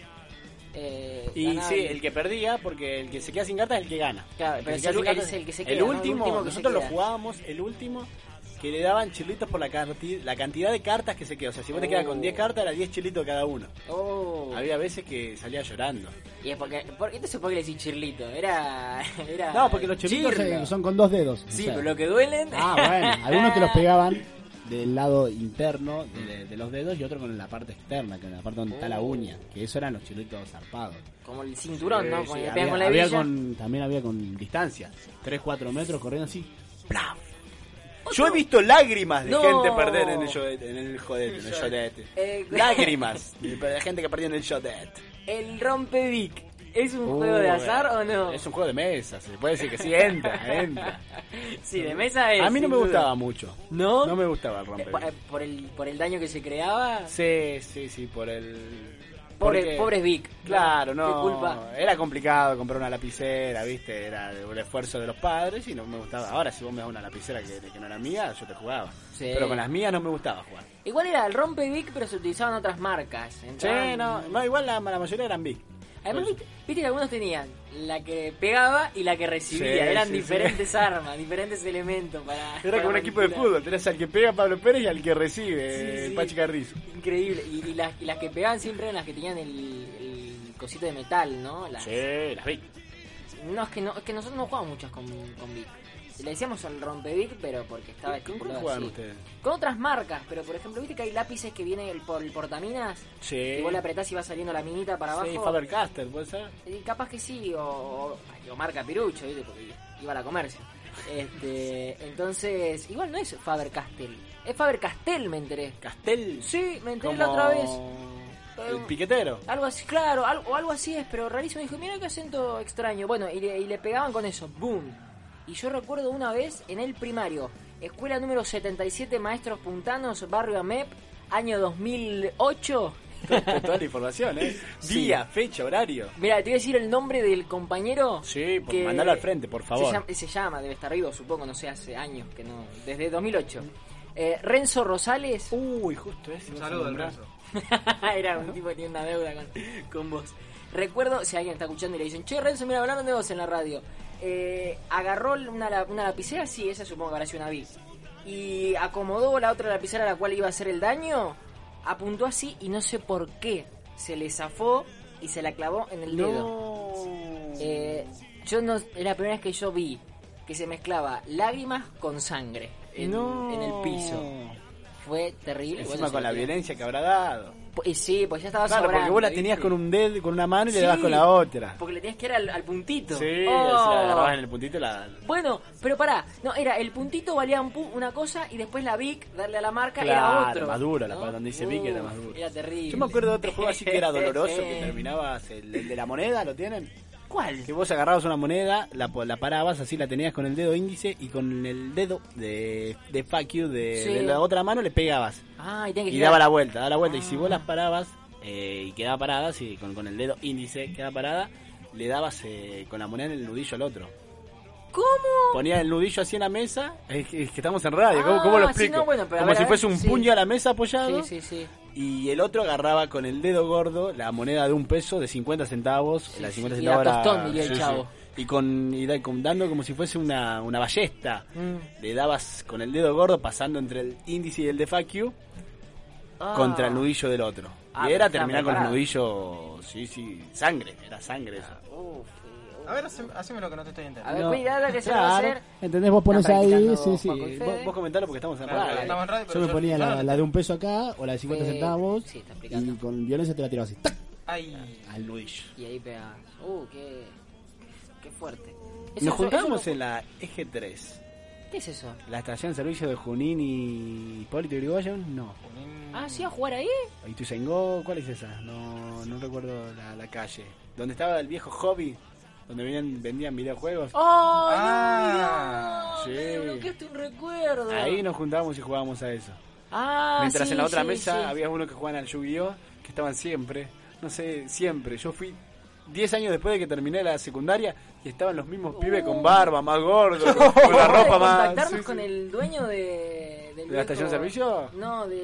Speaker 5: eh,
Speaker 1: Y
Speaker 5: ganaba
Speaker 1: sí, el que perdía, porque el que se queda sin cartas es el que gana.
Speaker 5: Claro,
Speaker 1: El
Speaker 5: pero
Speaker 1: que se
Speaker 5: es el-
Speaker 1: queda sin
Speaker 5: es el que se
Speaker 1: cartas-
Speaker 5: queda, ¿no? El
Speaker 1: último,
Speaker 5: último que se
Speaker 1: nosotros lo
Speaker 5: queda.
Speaker 1: jugábamos, el último que le daban chilitos por la, carti- la cantidad de cartas que se quedó. O sea, si vos te quedas con
Speaker 5: Oh.
Speaker 1: 10 cartas, era 10 chilitos cada uno.
Speaker 5: Oh,
Speaker 1: Había veces que salía llorando.
Speaker 5: y es porque, por, entonces ¿por qué le decís chirlito? Era... era
Speaker 1: No, porque los chilitos
Speaker 5: chirlo.
Speaker 10: Eh, Son con dos dedos. o
Speaker 5: Sí,
Speaker 10: sea.
Speaker 5: pero lo que duelen...
Speaker 10: Ah, bueno. Algunos te los pegaban del lado interno de, de los dedos y otro con la parte externa, con la parte donde está la uña. Que eso eran los chilitos zarpados.
Speaker 5: Como el cinturón, ¿no?
Speaker 1: Sí,
Speaker 5: Como
Speaker 1: sí,
Speaker 5: le pegan
Speaker 1: había-
Speaker 5: con la
Speaker 10: había
Speaker 5: hebilla.
Speaker 10: con- también había con distancia. 3, 4 metros corriendo así.
Speaker 1: Yo he visto lágrimas de
Speaker 5: No.
Speaker 1: gente perder en el jodete, en el jodete, en el jodete.
Speaker 5: Eh,
Speaker 1: Lágrimas de de gente que perdió en el jodete.
Speaker 5: El rompevic. ¿Es un juego de
Speaker 1: Uh,
Speaker 5: azar o no?
Speaker 1: Es un juego de mesa, se puede decir que sí, entra, entra.
Speaker 5: Sí, de mesa es.
Speaker 1: A mí no
Speaker 5: sin
Speaker 1: me
Speaker 5: duda.
Speaker 1: gustaba mucho.
Speaker 5: ¿No?
Speaker 1: No me gustaba el
Speaker 5: Eh, po- eh,
Speaker 1: romper.
Speaker 5: Por el, por el daño que se creaba.
Speaker 1: Sí, sí, sí, por el...
Speaker 5: Pobre,
Speaker 1: porque-
Speaker 5: Pobres Vic.
Speaker 1: Claro,
Speaker 5: ¿Qué
Speaker 1: no.
Speaker 5: culpa?
Speaker 1: Era complicado comprar una lapicera, viste, era el esfuerzo de los padres y no me gustaba. Ahora si vos me das una lapicera que, que no era mía, yo te jugaba.
Speaker 5: Sí.
Speaker 1: Pero con las mías no me gustaba jugar.
Speaker 5: Igual era el rompevic, pero se utilizaban otras marcas.
Speaker 1: Sí,
Speaker 5: entraban-
Speaker 1: no, no, igual la, la mayoría eran B.
Speaker 5: Además, viste, viste que algunos tenían la que pegaba y la que recibía.
Speaker 1: Sí,
Speaker 5: Eran
Speaker 1: sí,
Speaker 5: diferentes armas, diferentes elementos para.
Speaker 1: Era
Speaker 5: para
Speaker 1: como un equipo de
Speaker 5: manipular.
Speaker 1: fútbol, tenés al que pega Pablo Pérez y al que recibe
Speaker 5: Sí,
Speaker 1: el
Speaker 5: sí.
Speaker 1: Pachi Carrizo.
Speaker 5: Increíble. Y, y las, y las que pegaban siempre eran las que tenían el, el cosito de metal, ¿no? Las,
Speaker 1: Sí, las vi.
Speaker 5: No, es que, no, es que nosotros no jugamos muchas con, con Vic. Le decíamos el rompevic, pero porque estaba
Speaker 1: ¿Con cuál
Speaker 5: estipulado
Speaker 1: juegan
Speaker 5: así.
Speaker 1: ustedes?
Speaker 5: Con otras marcas, pero por ejemplo, viste que hay lápices que viene el, por el portaminas.
Speaker 1: Sí.
Speaker 5: Que vos le apretás y va saliendo la minita para abajo.
Speaker 1: Sí, Faber-Castell, ¿puede ser?
Speaker 5: Y capaz que sí, o, o- o marca Pirucho, ¿viste? porque iba a la comercio. Este, entonces, igual no es Faber Castell. Es Faber Castell, me enteré.
Speaker 1: ¿Castel?
Speaker 5: Sí, me enteré la otra vez. Eh,
Speaker 1: El piquetero.
Speaker 5: Algo así, claro, algo, o algo así es, pero rarísimo. Dijo, mira qué acento extraño. Bueno, y le, y le pegaban con eso, boom. Y yo recuerdo una vez en el primario, escuela número 77, maestros puntanos, barrio AMEP, año 2008.
Speaker 1: Toda la información, ¿eh?
Speaker 5: Sí.
Speaker 1: Día, fecha, horario.
Speaker 5: Mira, te voy a decir el nombre del compañero.
Speaker 1: Sí, pues,
Speaker 5: que-
Speaker 1: mandalo al frente, por favor.
Speaker 5: Se llama, se llama, debe estar vivo, supongo, no sé, hace años que no. Desde 2008. Eh, Renzo Rosales.
Speaker 1: Uy, justo ese.
Speaker 6: Un saludo al brazo.
Speaker 5: Era un tipo que tenía una deuda con, con vos. Recuerdo, si alguien está escuchando y le dicen, che, Renzo, mira, hablaron de vos en la radio. Eh, agarró una, la- una lapicera, sí, esa supongo que habrá sido una B. Y acomodó la otra lapicera a la cual iba a hacer el daño. Apuntó así y no sé por qué. Se le zafó y se la clavó en el dedo. Eh, yo no, era la primera vez que yo vi que se mezclaba lágrimas con sangre en, en el piso. Fue terrible.
Speaker 1: Encima
Speaker 5: Bueno, se
Speaker 1: con
Speaker 5: lo
Speaker 1: la
Speaker 5: tiraron.
Speaker 1: violencia que habrá dado.
Speaker 5: Y sí, pues ya estaba
Speaker 1: Claro, porque
Speaker 5: sobrando,
Speaker 1: vos la tenías
Speaker 5: ¿viste?
Speaker 1: con un dedo, con una mano y le
Speaker 5: Sí,
Speaker 1: dabas con la otra.
Speaker 5: Porque le tenías que ir al, al puntito.
Speaker 1: Sí,
Speaker 5: Oh.
Speaker 1: se la agarrabas en el puntito y la...
Speaker 5: Bueno, pero pará, no, era el puntito valía un pu- una cosa y después la Vic, darle a la marca,
Speaker 1: Claro,
Speaker 5: era otro.
Speaker 1: más dura, la
Speaker 5: ¿no?
Speaker 1: parte donde dice Vic era
Speaker 5: Uf,
Speaker 1: más dura.
Speaker 5: Era terrible.
Speaker 1: Yo me acuerdo de otro juego así que era doloroso, que
Speaker 5: eh.
Speaker 1: terminabas, el, el de la moneda, ¿lo tienen?
Speaker 5: ¿Cuál?
Speaker 1: Que vos agarrabas una moneda, la, po- la parabas, así la tenías con el dedo índice y con el dedo de, de fuck you de,
Speaker 5: Sí.
Speaker 1: de la otra mano le pegabas.
Speaker 5: Ah, y tenía que
Speaker 1: Y
Speaker 5: girar.
Speaker 1: daba la vuelta, daba la vuelta. Y si vos las parabas eh, y quedaba parada, si con, con el dedo índice quedaba parada, le dabas eh, con la moneda en el nudillo al otro.
Speaker 5: ¿Cómo?
Speaker 1: Ponías el nudillo así en la mesa, es que, es que estamos en radio, ¿cómo, cómo
Speaker 5: Ah,
Speaker 1: lo
Speaker 5: sí,
Speaker 1: explico?
Speaker 5: no, bueno, pero a
Speaker 1: Como
Speaker 5: ver, a
Speaker 1: si
Speaker 5: ver,
Speaker 1: fuese un
Speaker 5: sí.
Speaker 1: puño a la mesa apoyado.
Speaker 5: Sí, sí, sí.
Speaker 1: Y el otro agarraba con el dedo gordo la moneda de un peso de 50 centavos. la de 50
Speaker 5: sí, y
Speaker 1: centavos
Speaker 5: era
Speaker 1: era-
Speaker 5: tostón, diría el chavo.
Speaker 1: Y, con, y da- con- dando como si fuese una, una ballesta.
Speaker 5: Mm.
Speaker 1: Le dabas con el dedo gordo pasando entre el índice y el de fuck you
Speaker 5: Ah.
Speaker 1: contra el nudillo del otro.
Speaker 5: Ah,
Speaker 1: y era
Speaker 5: pero
Speaker 1: terminar
Speaker 5: estaba
Speaker 1: con
Speaker 5: preparado.
Speaker 1: el
Speaker 5: Ah,
Speaker 1: nudillo, sí, sí, sangre, era sangre eso.
Speaker 5: Uf, eh,
Speaker 6: A ver, haceme, haceme lo que no te estoy
Speaker 5: a
Speaker 6: entendiendo.
Speaker 5: ver,
Speaker 1: No.
Speaker 5: cuidado que se lo va a hacer.
Speaker 10: ¿Entendés? Vos pones ahí,
Speaker 5: practicando
Speaker 10: sí, sí.
Speaker 5: Juaco y Fede.
Speaker 1: Vos, vos comentalo porque estamos en
Speaker 6: Claro,
Speaker 1: radio.
Speaker 6: estamos en radio,
Speaker 10: Yo
Speaker 6: pero
Speaker 10: me ponía la,
Speaker 6: claro.
Speaker 10: la de un peso acá o la de 50
Speaker 5: Fede,
Speaker 10: centavos
Speaker 5: sí, está explicando.
Speaker 10: y con violencia te la tiraba así. ¡tac!
Speaker 6: Ay,
Speaker 1: Al nudillo.
Speaker 5: Y ahí pega. Uh, qué, qué fuerte. Eso-
Speaker 1: Nos
Speaker 5: eso-
Speaker 1: juntábamos
Speaker 5: eso
Speaker 1: en la Eje 3.
Speaker 5: no- ¿Qué es eso?
Speaker 1: La estación de servicio de Junín y Hipólito Yrigoyen, no.
Speaker 5: Ah, sí, a jugar ahí.
Speaker 1: Ituzaingó, ¿cuál es esa? No, no recuerdo la, la calle. Donde estaba el viejo hobby, donde venían, vendían videojuegos.
Speaker 5: ¡Oh,
Speaker 6: Ah,
Speaker 5: no, mirá!
Speaker 1: sí.
Speaker 5: Me bloqueaste un recuerdo.
Speaker 1: Ahí nos juntábamos y jugábamos a eso.
Speaker 5: Ah,
Speaker 1: Mientras
Speaker 5: sí,
Speaker 1: en la otra
Speaker 5: sí,
Speaker 1: mesa
Speaker 5: sí.
Speaker 1: había uno que jugaban al Yu-Gi-Oh! que estaban siempre, no sé, siempre. Yo fui 10 años después de que terminé la secundaria y estaban los mismos pibes
Speaker 5: Uh.
Speaker 1: con barba, más gordos, con, con la
Speaker 5: Acabo de
Speaker 1: ropa más.
Speaker 5: contactarnos
Speaker 1: sí,
Speaker 5: con
Speaker 1: sí.
Speaker 5: el dueño de... Del
Speaker 1: ¿De la estación de servicio?
Speaker 5: No, de...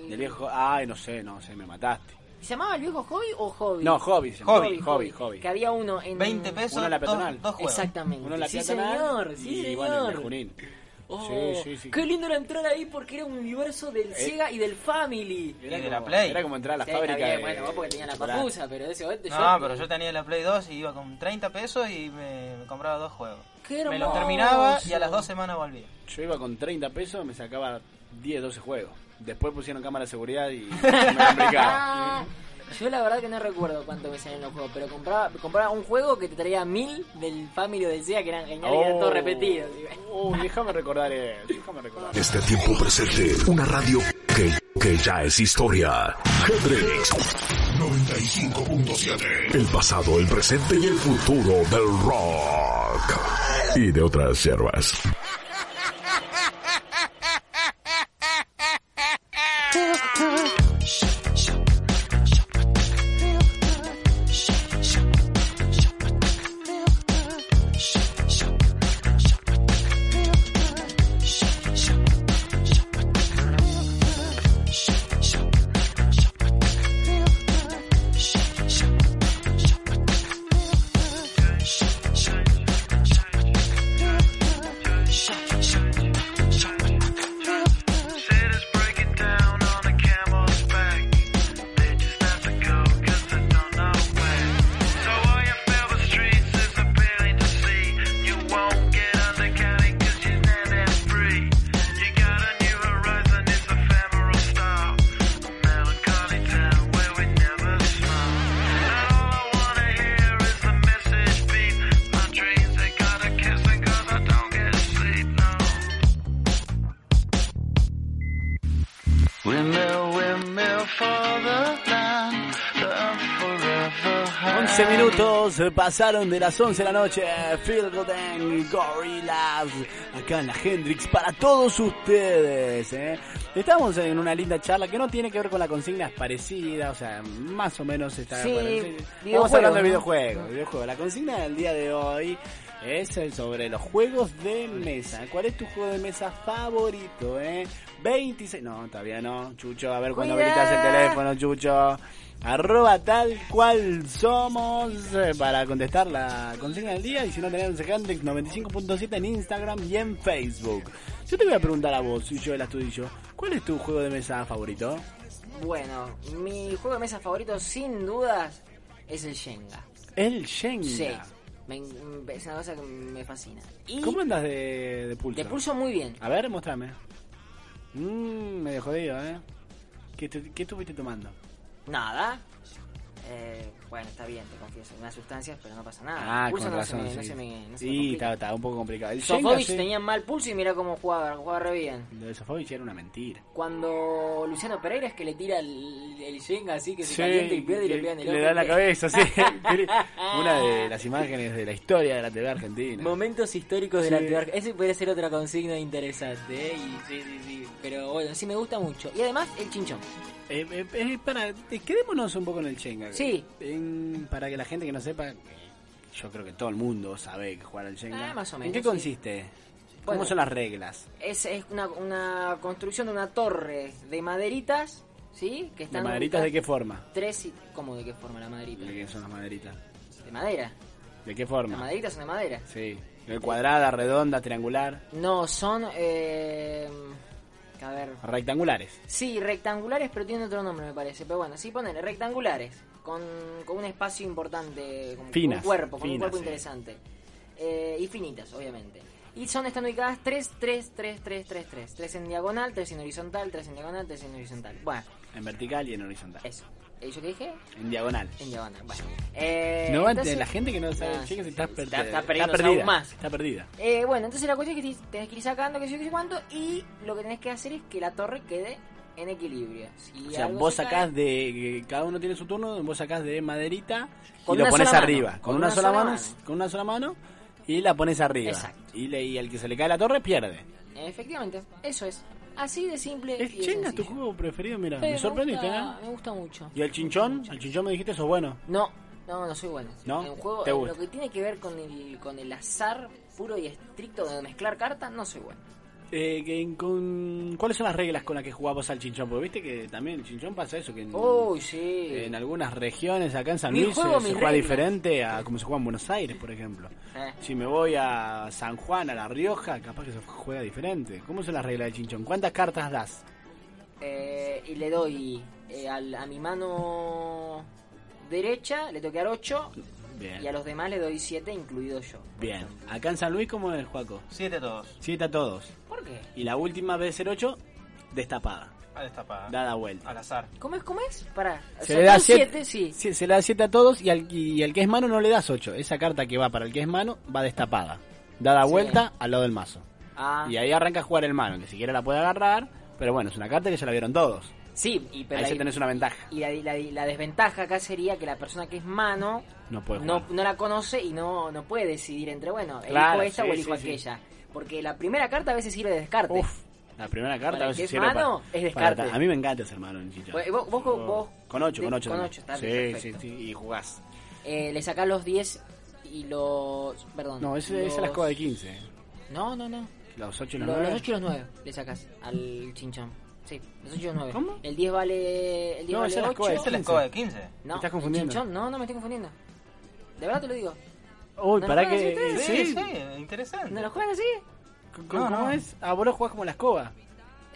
Speaker 5: del-
Speaker 1: El viejo, ay, no sé, no sé, me mataste.
Speaker 5: ¿Se llamaba el viejo Hobby o Hobby?
Speaker 1: No, hobby, se
Speaker 6: Hobby,
Speaker 1: llamaba. hobby, hobby.
Speaker 5: Que había uno en...
Speaker 6: 20 pesos,
Speaker 1: Uno en la
Speaker 6: dos,
Speaker 1: peatonal.
Speaker 6: dos juegos.
Speaker 5: Exactamente.
Speaker 1: Uno en la
Speaker 5: sí,
Speaker 1: peatonal
Speaker 5: señor. Sí,
Speaker 1: y
Speaker 5: señor.
Speaker 1: bueno, en el Junín.
Speaker 5: Oh,
Speaker 1: Sí, sí, sí.
Speaker 5: Qué lindo era entrar ahí porque era un universo del Sega y del Family.
Speaker 6: Y de la Play.
Speaker 1: Era como entrar a la
Speaker 5: Sí,
Speaker 1: fábrica.
Speaker 5: está bien,
Speaker 1: de-
Speaker 5: bueno, vos porque tenías la
Speaker 1: chocolate.
Speaker 5: papusa, pero de ese momento
Speaker 6: No, pero yo tenía la Play 2 y iba con 30 pesos y me, me compraba dos juegos.
Speaker 5: Qué
Speaker 6: Me los
Speaker 5: hermoso.
Speaker 6: terminaba y a las dos semanas volvía.
Speaker 1: Yo iba con 30 pesos, me sacaba 10, 12 juegos. Después pusieron cámara de seguridad y me complicaba.
Speaker 5: Ah, Yo la verdad que no recuerdo cuánto me salían los juegos, pero compraba, compraba un juego que te traía mil del Family o del Sega que eran geniales y eran
Speaker 1: Oh.
Speaker 5: todos repetidos.
Speaker 1: Uy, déjame recordar, eh, déjame recordar.
Speaker 8: Este tiempo presente, una radio que, que ya es historia. Hendrix 95.7. El pasado, el presente y el futuro del rock. Y de otras hierbas.
Speaker 2: Set is breaking down on the camel. Windmill, windmill for the land, the forever high.
Speaker 1: 11 minutos pasaron de las 11 de la noche. Phil Goden, Gorillaz, acá en la Hendrix, para todos ustedes. ¿eh? Estamos en una linda charla que no tiene que ver con la consigna, es parecida, o sea, más o menos está.
Speaker 5: Sí, Eh.
Speaker 1: parecida. Vamos
Speaker 5: videojuegos,
Speaker 1: hablando de
Speaker 5: ¿no?
Speaker 1: videojuegos. videojuegos. La consigna del día de hoy es eh, sobre los juegos de mesa. ¿Cuál es tu juego de mesa favorito? Eh? 26. No, todavía no, Chucho. A ver cuando
Speaker 5: Cuidá.
Speaker 1: habilitas el teléfono, Chucho. Arroba tal cual somos eh, para contestar la consigna del día. Y si no tenés Handrix 95.7 en Instagram y en Facebook. Yo te voy a preguntar a vos, y yo, el astudillo, ¿cuál es tu juego de mesa favorito?
Speaker 5: Bueno, mi juego de mesa favorito, sin dudas, es el Shenga.
Speaker 1: El Shenga.
Speaker 5: Sí. Me en- es una cosa que me fascina. Y
Speaker 1: ¿Cómo andas de, de pulso?
Speaker 5: de pulso muy bien.
Speaker 1: A ver, mostrame. Mmm, medio jodido, ¿eh? ¿Qué, tu- qué estuviste tomando?
Speaker 5: Nada. Eh, bueno, está bien, te confieso. Unas sustancias, pero no pasa nada.
Speaker 1: Ah,
Speaker 5: El pulso
Speaker 1: con
Speaker 5: no
Speaker 1: razón.
Speaker 5: se me- no
Speaker 1: sí,
Speaker 5: se me- no se me
Speaker 1: Sí,
Speaker 5: complica.
Speaker 1: estaba, estaba un poco complicado. El Shenga,
Speaker 5: Sofovich
Speaker 1: sí.
Speaker 5: tenía mal pulso y mira cómo jugaba, jugaba re bien.
Speaker 1: Lo de Sofovich era una mentira.
Speaker 5: Cuando Luciano Pereira es que le tira el, el Shenga así que se calienta y pierde y le
Speaker 1: que-
Speaker 5: pegan el
Speaker 1: que le
Speaker 5: ojo.
Speaker 1: da en la cabeza, sí.
Speaker 5: Ah.
Speaker 1: una de las imágenes de la historia de la TV argentina.
Speaker 5: Momentos históricos de la
Speaker 1: Sí.
Speaker 5: TV argentina. Ese podría ser otra consigna interesante, ¿eh? Y sí, sí, sí. Pero bueno, sí me gusta mucho. Y además, el chinchón.
Speaker 1: Eh, eh, eh, para, eh, quedémonos un poco en el Shenga.
Speaker 5: Sí.
Speaker 1: En- para que la gente que no sepa, yo creo que todo el mundo sabe que jugar al Shenga.
Speaker 5: Ah, más o
Speaker 1: ¿En
Speaker 5: menos,
Speaker 1: qué
Speaker 5: sí.
Speaker 1: consiste? ¿Cómo
Speaker 5: Bueno.
Speaker 1: son las reglas?
Speaker 5: Es, es una, una construcción de una torre de maderitas, ¿sí? Que
Speaker 1: ¿Las
Speaker 5: están
Speaker 1: maderitas de
Speaker 5: ubicadas-
Speaker 1: qué forma?
Speaker 5: Tres y... ¿Cómo de qué forma la maderita?
Speaker 1: ¿De qué son las maderitas?
Speaker 5: De madera.
Speaker 1: ¿De qué
Speaker 5: Las
Speaker 1: forma?
Speaker 5: maderitas son de madera.
Speaker 1: Sí. ¿De Cuadrada, redonda, triangular,
Speaker 5: No, son... Eh... A ver...
Speaker 1: rectangulares.
Speaker 5: Sí, rectangulares, pero tiene otro nombre, me parece. Pero bueno, sí, ponen rectangulares, con, con un espacio importante, con,
Speaker 1: Finas,
Speaker 5: un cuerpo, con
Speaker 1: finas,
Speaker 5: un cuerpo
Speaker 1: sí.
Speaker 5: interesante. Eh, y finitas, obviamente. Y son, están ubicadas 3, 3, 3, 3, 3, 3. 3 en diagonal, 3 en horizontal, 3 en diagonal, 3 en horizontal. Bueno,
Speaker 1: En vertical y en horizontal.
Speaker 5: eso. ¿Y yo qué dije?
Speaker 1: En diagonal.
Speaker 5: En diagonal, bueno. Eh,
Speaker 1: No, antes,
Speaker 5: entonces-
Speaker 1: la gente que no sabe
Speaker 5: Ah,
Speaker 1: el Shenga se está, per-
Speaker 5: está,
Speaker 1: está
Speaker 5: perdiendo
Speaker 1: perdida.
Speaker 5: aún más.
Speaker 1: Está perdida.
Speaker 5: Eh, bueno, entonces la cuestión es que tenés que ir sacando, que sé yo, qué sé cuánto, y lo que tenés que hacer es que la torre quede en equilibrio. Si
Speaker 1: O sea,
Speaker 5: algo
Speaker 1: vos
Speaker 5: se cae-
Speaker 1: sacás de. Cada uno tiene su turno, vos sacás de maderita
Speaker 5: Con
Speaker 1: y lo
Speaker 5: una
Speaker 1: pones
Speaker 5: sola
Speaker 1: arriba.
Speaker 5: mano.
Speaker 1: Con, una, sola, mano,
Speaker 5: mano.
Speaker 1: Con una sola mano y la pones arriba.
Speaker 5: Exacto.
Speaker 1: Y, le, y al que se le cae la torre pierde.
Speaker 5: Efectivamente, eso es. Así de simple.
Speaker 1: ¿El
Speaker 5: y de
Speaker 1: Chenga es tu
Speaker 5: sencillo.
Speaker 1: juego preferido? Mira,
Speaker 5: Eh,
Speaker 1: me sorprendiste,
Speaker 5: gusta,
Speaker 1: ¿eh?
Speaker 5: Me gusta mucho.
Speaker 1: ¿Y el chinchón? Al chinchón me dijiste, sos bueno.
Speaker 5: No, no, no soy bueno.
Speaker 1: ¿No?
Speaker 5: En juego,
Speaker 1: ¿Te
Speaker 5: en
Speaker 1: gusta?
Speaker 5: lo que tiene que ver con el, con el azar puro y estricto de mezclar cartas, no soy bueno.
Speaker 1: Eh, que en- con- ¿Cuáles son las reglas con las que jugabas al chinchón? Porque viste que también el chinchón pasa eso, que en,
Speaker 5: Uy, sí.
Speaker 1: en algunas regiones, acá en San
Speaker 5: Mi
Speaker 1: Luis, eh,
Speaker 5: juego,
Speaker 1: se
Speaker 5: mis
Speaker 1: juega
Speaker 5: reglas.
Speaker 1: diferente a como se juega en Buenos Aires, por ejemplo.
Speaker 5: Eh.
Speaker 1: Si me voy a San Juan, a La Rioja, capaz que se juega diferente. ¿Cómo son las reglas del chinchón? ¿Cuántas cartas das?
Speaker 5: Eh, y le doy eh, al- a mi mano derecha, le tengo que dar 8 y a
Speaker 1: Bien.
Speaker 5: los demás le doy 7, incluido yo.
Speaker 1: Bien. Acá en San Luis, ¿cómo es, Juaco?
Speaker 6: Siete todos.
Speaker 1: Siete a todos.
Speaker 5: ¿Por qué?
Speaker 1: Y la última vez ser ocho, destapada.
Speaker 6: Al destapar.
Speaker 1: Dada vuelta.
Speaker 6: Ah, Al azar.
Speaker 5: ¿Cómo es? ¿Cómo es? Pará. O
Speaker 1: Se
Speaker 5: sea,
Speaker 1: le da
Speaker 5: tú siete,
Speaker 1: siete,
Speaker 5: sí.
Speaker 1: sí, se le da siete a todos y al, y al que es mano no le das ocho. Esa carta que va para el que es mano va destapada. Dada
Speaker 5: Sí.
Speaker 1: vuelta al lado del mazo.
Speaker 5: Ah,
Speaker 1: Y ahí arranca a jugar el mano. Ni siquiera la puede agarrar. Pero bueno, es una carta que ya la vieron todos.
Speaker 5: sí, y pero
Speaker 1: ahí
Speaker 5: ahí-
Speaker 1: ya tenés una ventaja.
Speaker 5: Y la, la- la desventaja acá sería que la persona que es mano
Speaker 1: No puede
Speaker 5: no,
Speaker 1: jugar.
Speaker 5: no la conoce y no, no puede decidir entre, bueno, elijo
Speaker 1: Claro,
Speaker 5: esta
Speaker 1: sí,
Speaker 5: o elijo
Speaker 1: sí, sí.
Speaker 5: aquella. Porque la primera carta a veces sirve de descarte.
Speaker 1: Uf, la primera carta
Speaker 5: Para
Speaker 1: a
Speaker 5: el que
Speaker 1: veces
Speaker 5: es
Speaker 1: sirve
Speaker 5: mano,
Speaker 1: para-
Speaker 5: es
Speaker 1: para
Speaker 5: descarte.
Speaker 1: atrás. a mí me encanta ese hermano en chicha.
Speaker 5: Vos- vos- vos- vos-
Speaker 1: con 8, con
Speaker 5: de-
Speaker 1: 8.
Speaker 5: con
Speaker 1: también.
Speaker 5: ocho, está
Speaker 1: sí,
Speaker 5: bien,
Speaker 1: sí,
Speaker 5: perfecto.
Speaker 1: sí, y jugás.
Speaker 5: Eh, le sacás los 10 y los... Perdón.
Speaker 1: No, ese- esa es la escoba de 15.
Speaker 5: No, no, no.
Speaker 1: Los 8 y
Speaker 5: Lo-
Speaker 1: los
Speaker 5: Los,
Speaker 1: 9.
Speaker 5: 8 y los 9 le sacás al chinchón. Sí, los 8 y los 9.
Speaker 1: ¿Cómo?
Speaker 5: El 10 vale... El 10
Speaker 1: No,
Speaker 5: vale
Speaker 1: esa es la escoba de
Speaker 6: Esta es la
Speaker 1: 15.
Speaker 6: escoba de 15.
Speaker 5: No,
Speaker 1: estás
Speaker 5: el
Speaker 1: confundiendo.
Speaker 5: chinchón, no, no me estoy confundiendo. De verdad te lo digo.
Speaker 1: Uy,
Speaker 5: No,
Speaker 1: pará
Speaker 5: no,
Speaker 1: que.
Speaker 5: sí,
Speaker 1: Sí,
Speaker 6: Sí, sí, interesante.
Speaker 5: ¿No lo juegan así?
Speaker 1: ¿Cómo,
Speaker 6: No,
Speaker 1: cómo
Speaker 6: no.
Speaker 1: es? Ah, vos lo jugás como la escoba.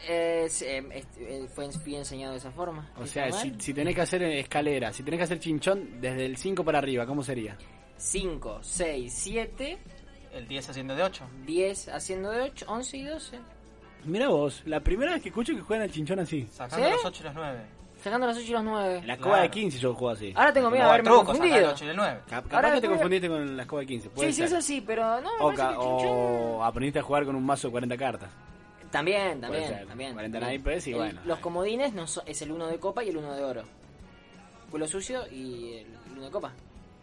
Speaker 5: Eh, sí, em, est- eh, fue ens- fui enseñado de esa forma. Este
Speaker 1: O
Speaker 5: ¿Está
Speaker 1: sea,
Speaker 5: mal?
Speaker 1: si, si tenés que hacer escalera, si tenés que hacer chinchón desde el 5 para arriba, ¿cómo sería?
Speaker 5: 5, 6, 7,
Speaker 6: El 10 haciendo de 8.
Speaker 5: 10 haciendo de 8, 11 y 12.
Speaker 1: Mira vos, la primera vez que escucho que juegan al chinchón así.
Speaker 6: Sacando
Speaker 5: ¿Sí?
Speaker 6: los 8 y los 9.
Speaker 5: Sacando las 8 y las 9.
Speaker 1: La escoba
Speaker 6: Claro.
Speaker 1: de 15 yo juego así.
Speaker 5: Ahora tengo miedo de haberme
Speaker 6: Como el truco, sacar el
Speaker 5: confundido.
Speaker 6: 8 y el 9.
Speaker 5: ahora
Speaker 1: Cap- Capaz que te
Speaker 5: después-
Speaker 1: confundiste con la escoba de 15.
Speaker 5: Sí,
Speaker 1: puede
Speaker 5: sí,
Speaker 1: ser.
Speaker 5: eso sí, pero no me
Speaker 1: O,
Speaker 5: parece
Speaker 1: ca-
Speaker 5: que el chinchón-
Speaker 1: o aprendiste a jugar con un mazo de 40 cartas.
Speaker 5: También, también,
Speaker 1: Puede ser.
Speaker 5: también.
Speaker 1: 40
Speaker 5: también.
Speaker 1: naipes y
Speaker 5: El-
Speaker 1: bueno.
Speaker 5: Los comodines no so- es el uno de copa y el uno de oro. Culo sucio y el uno de copa.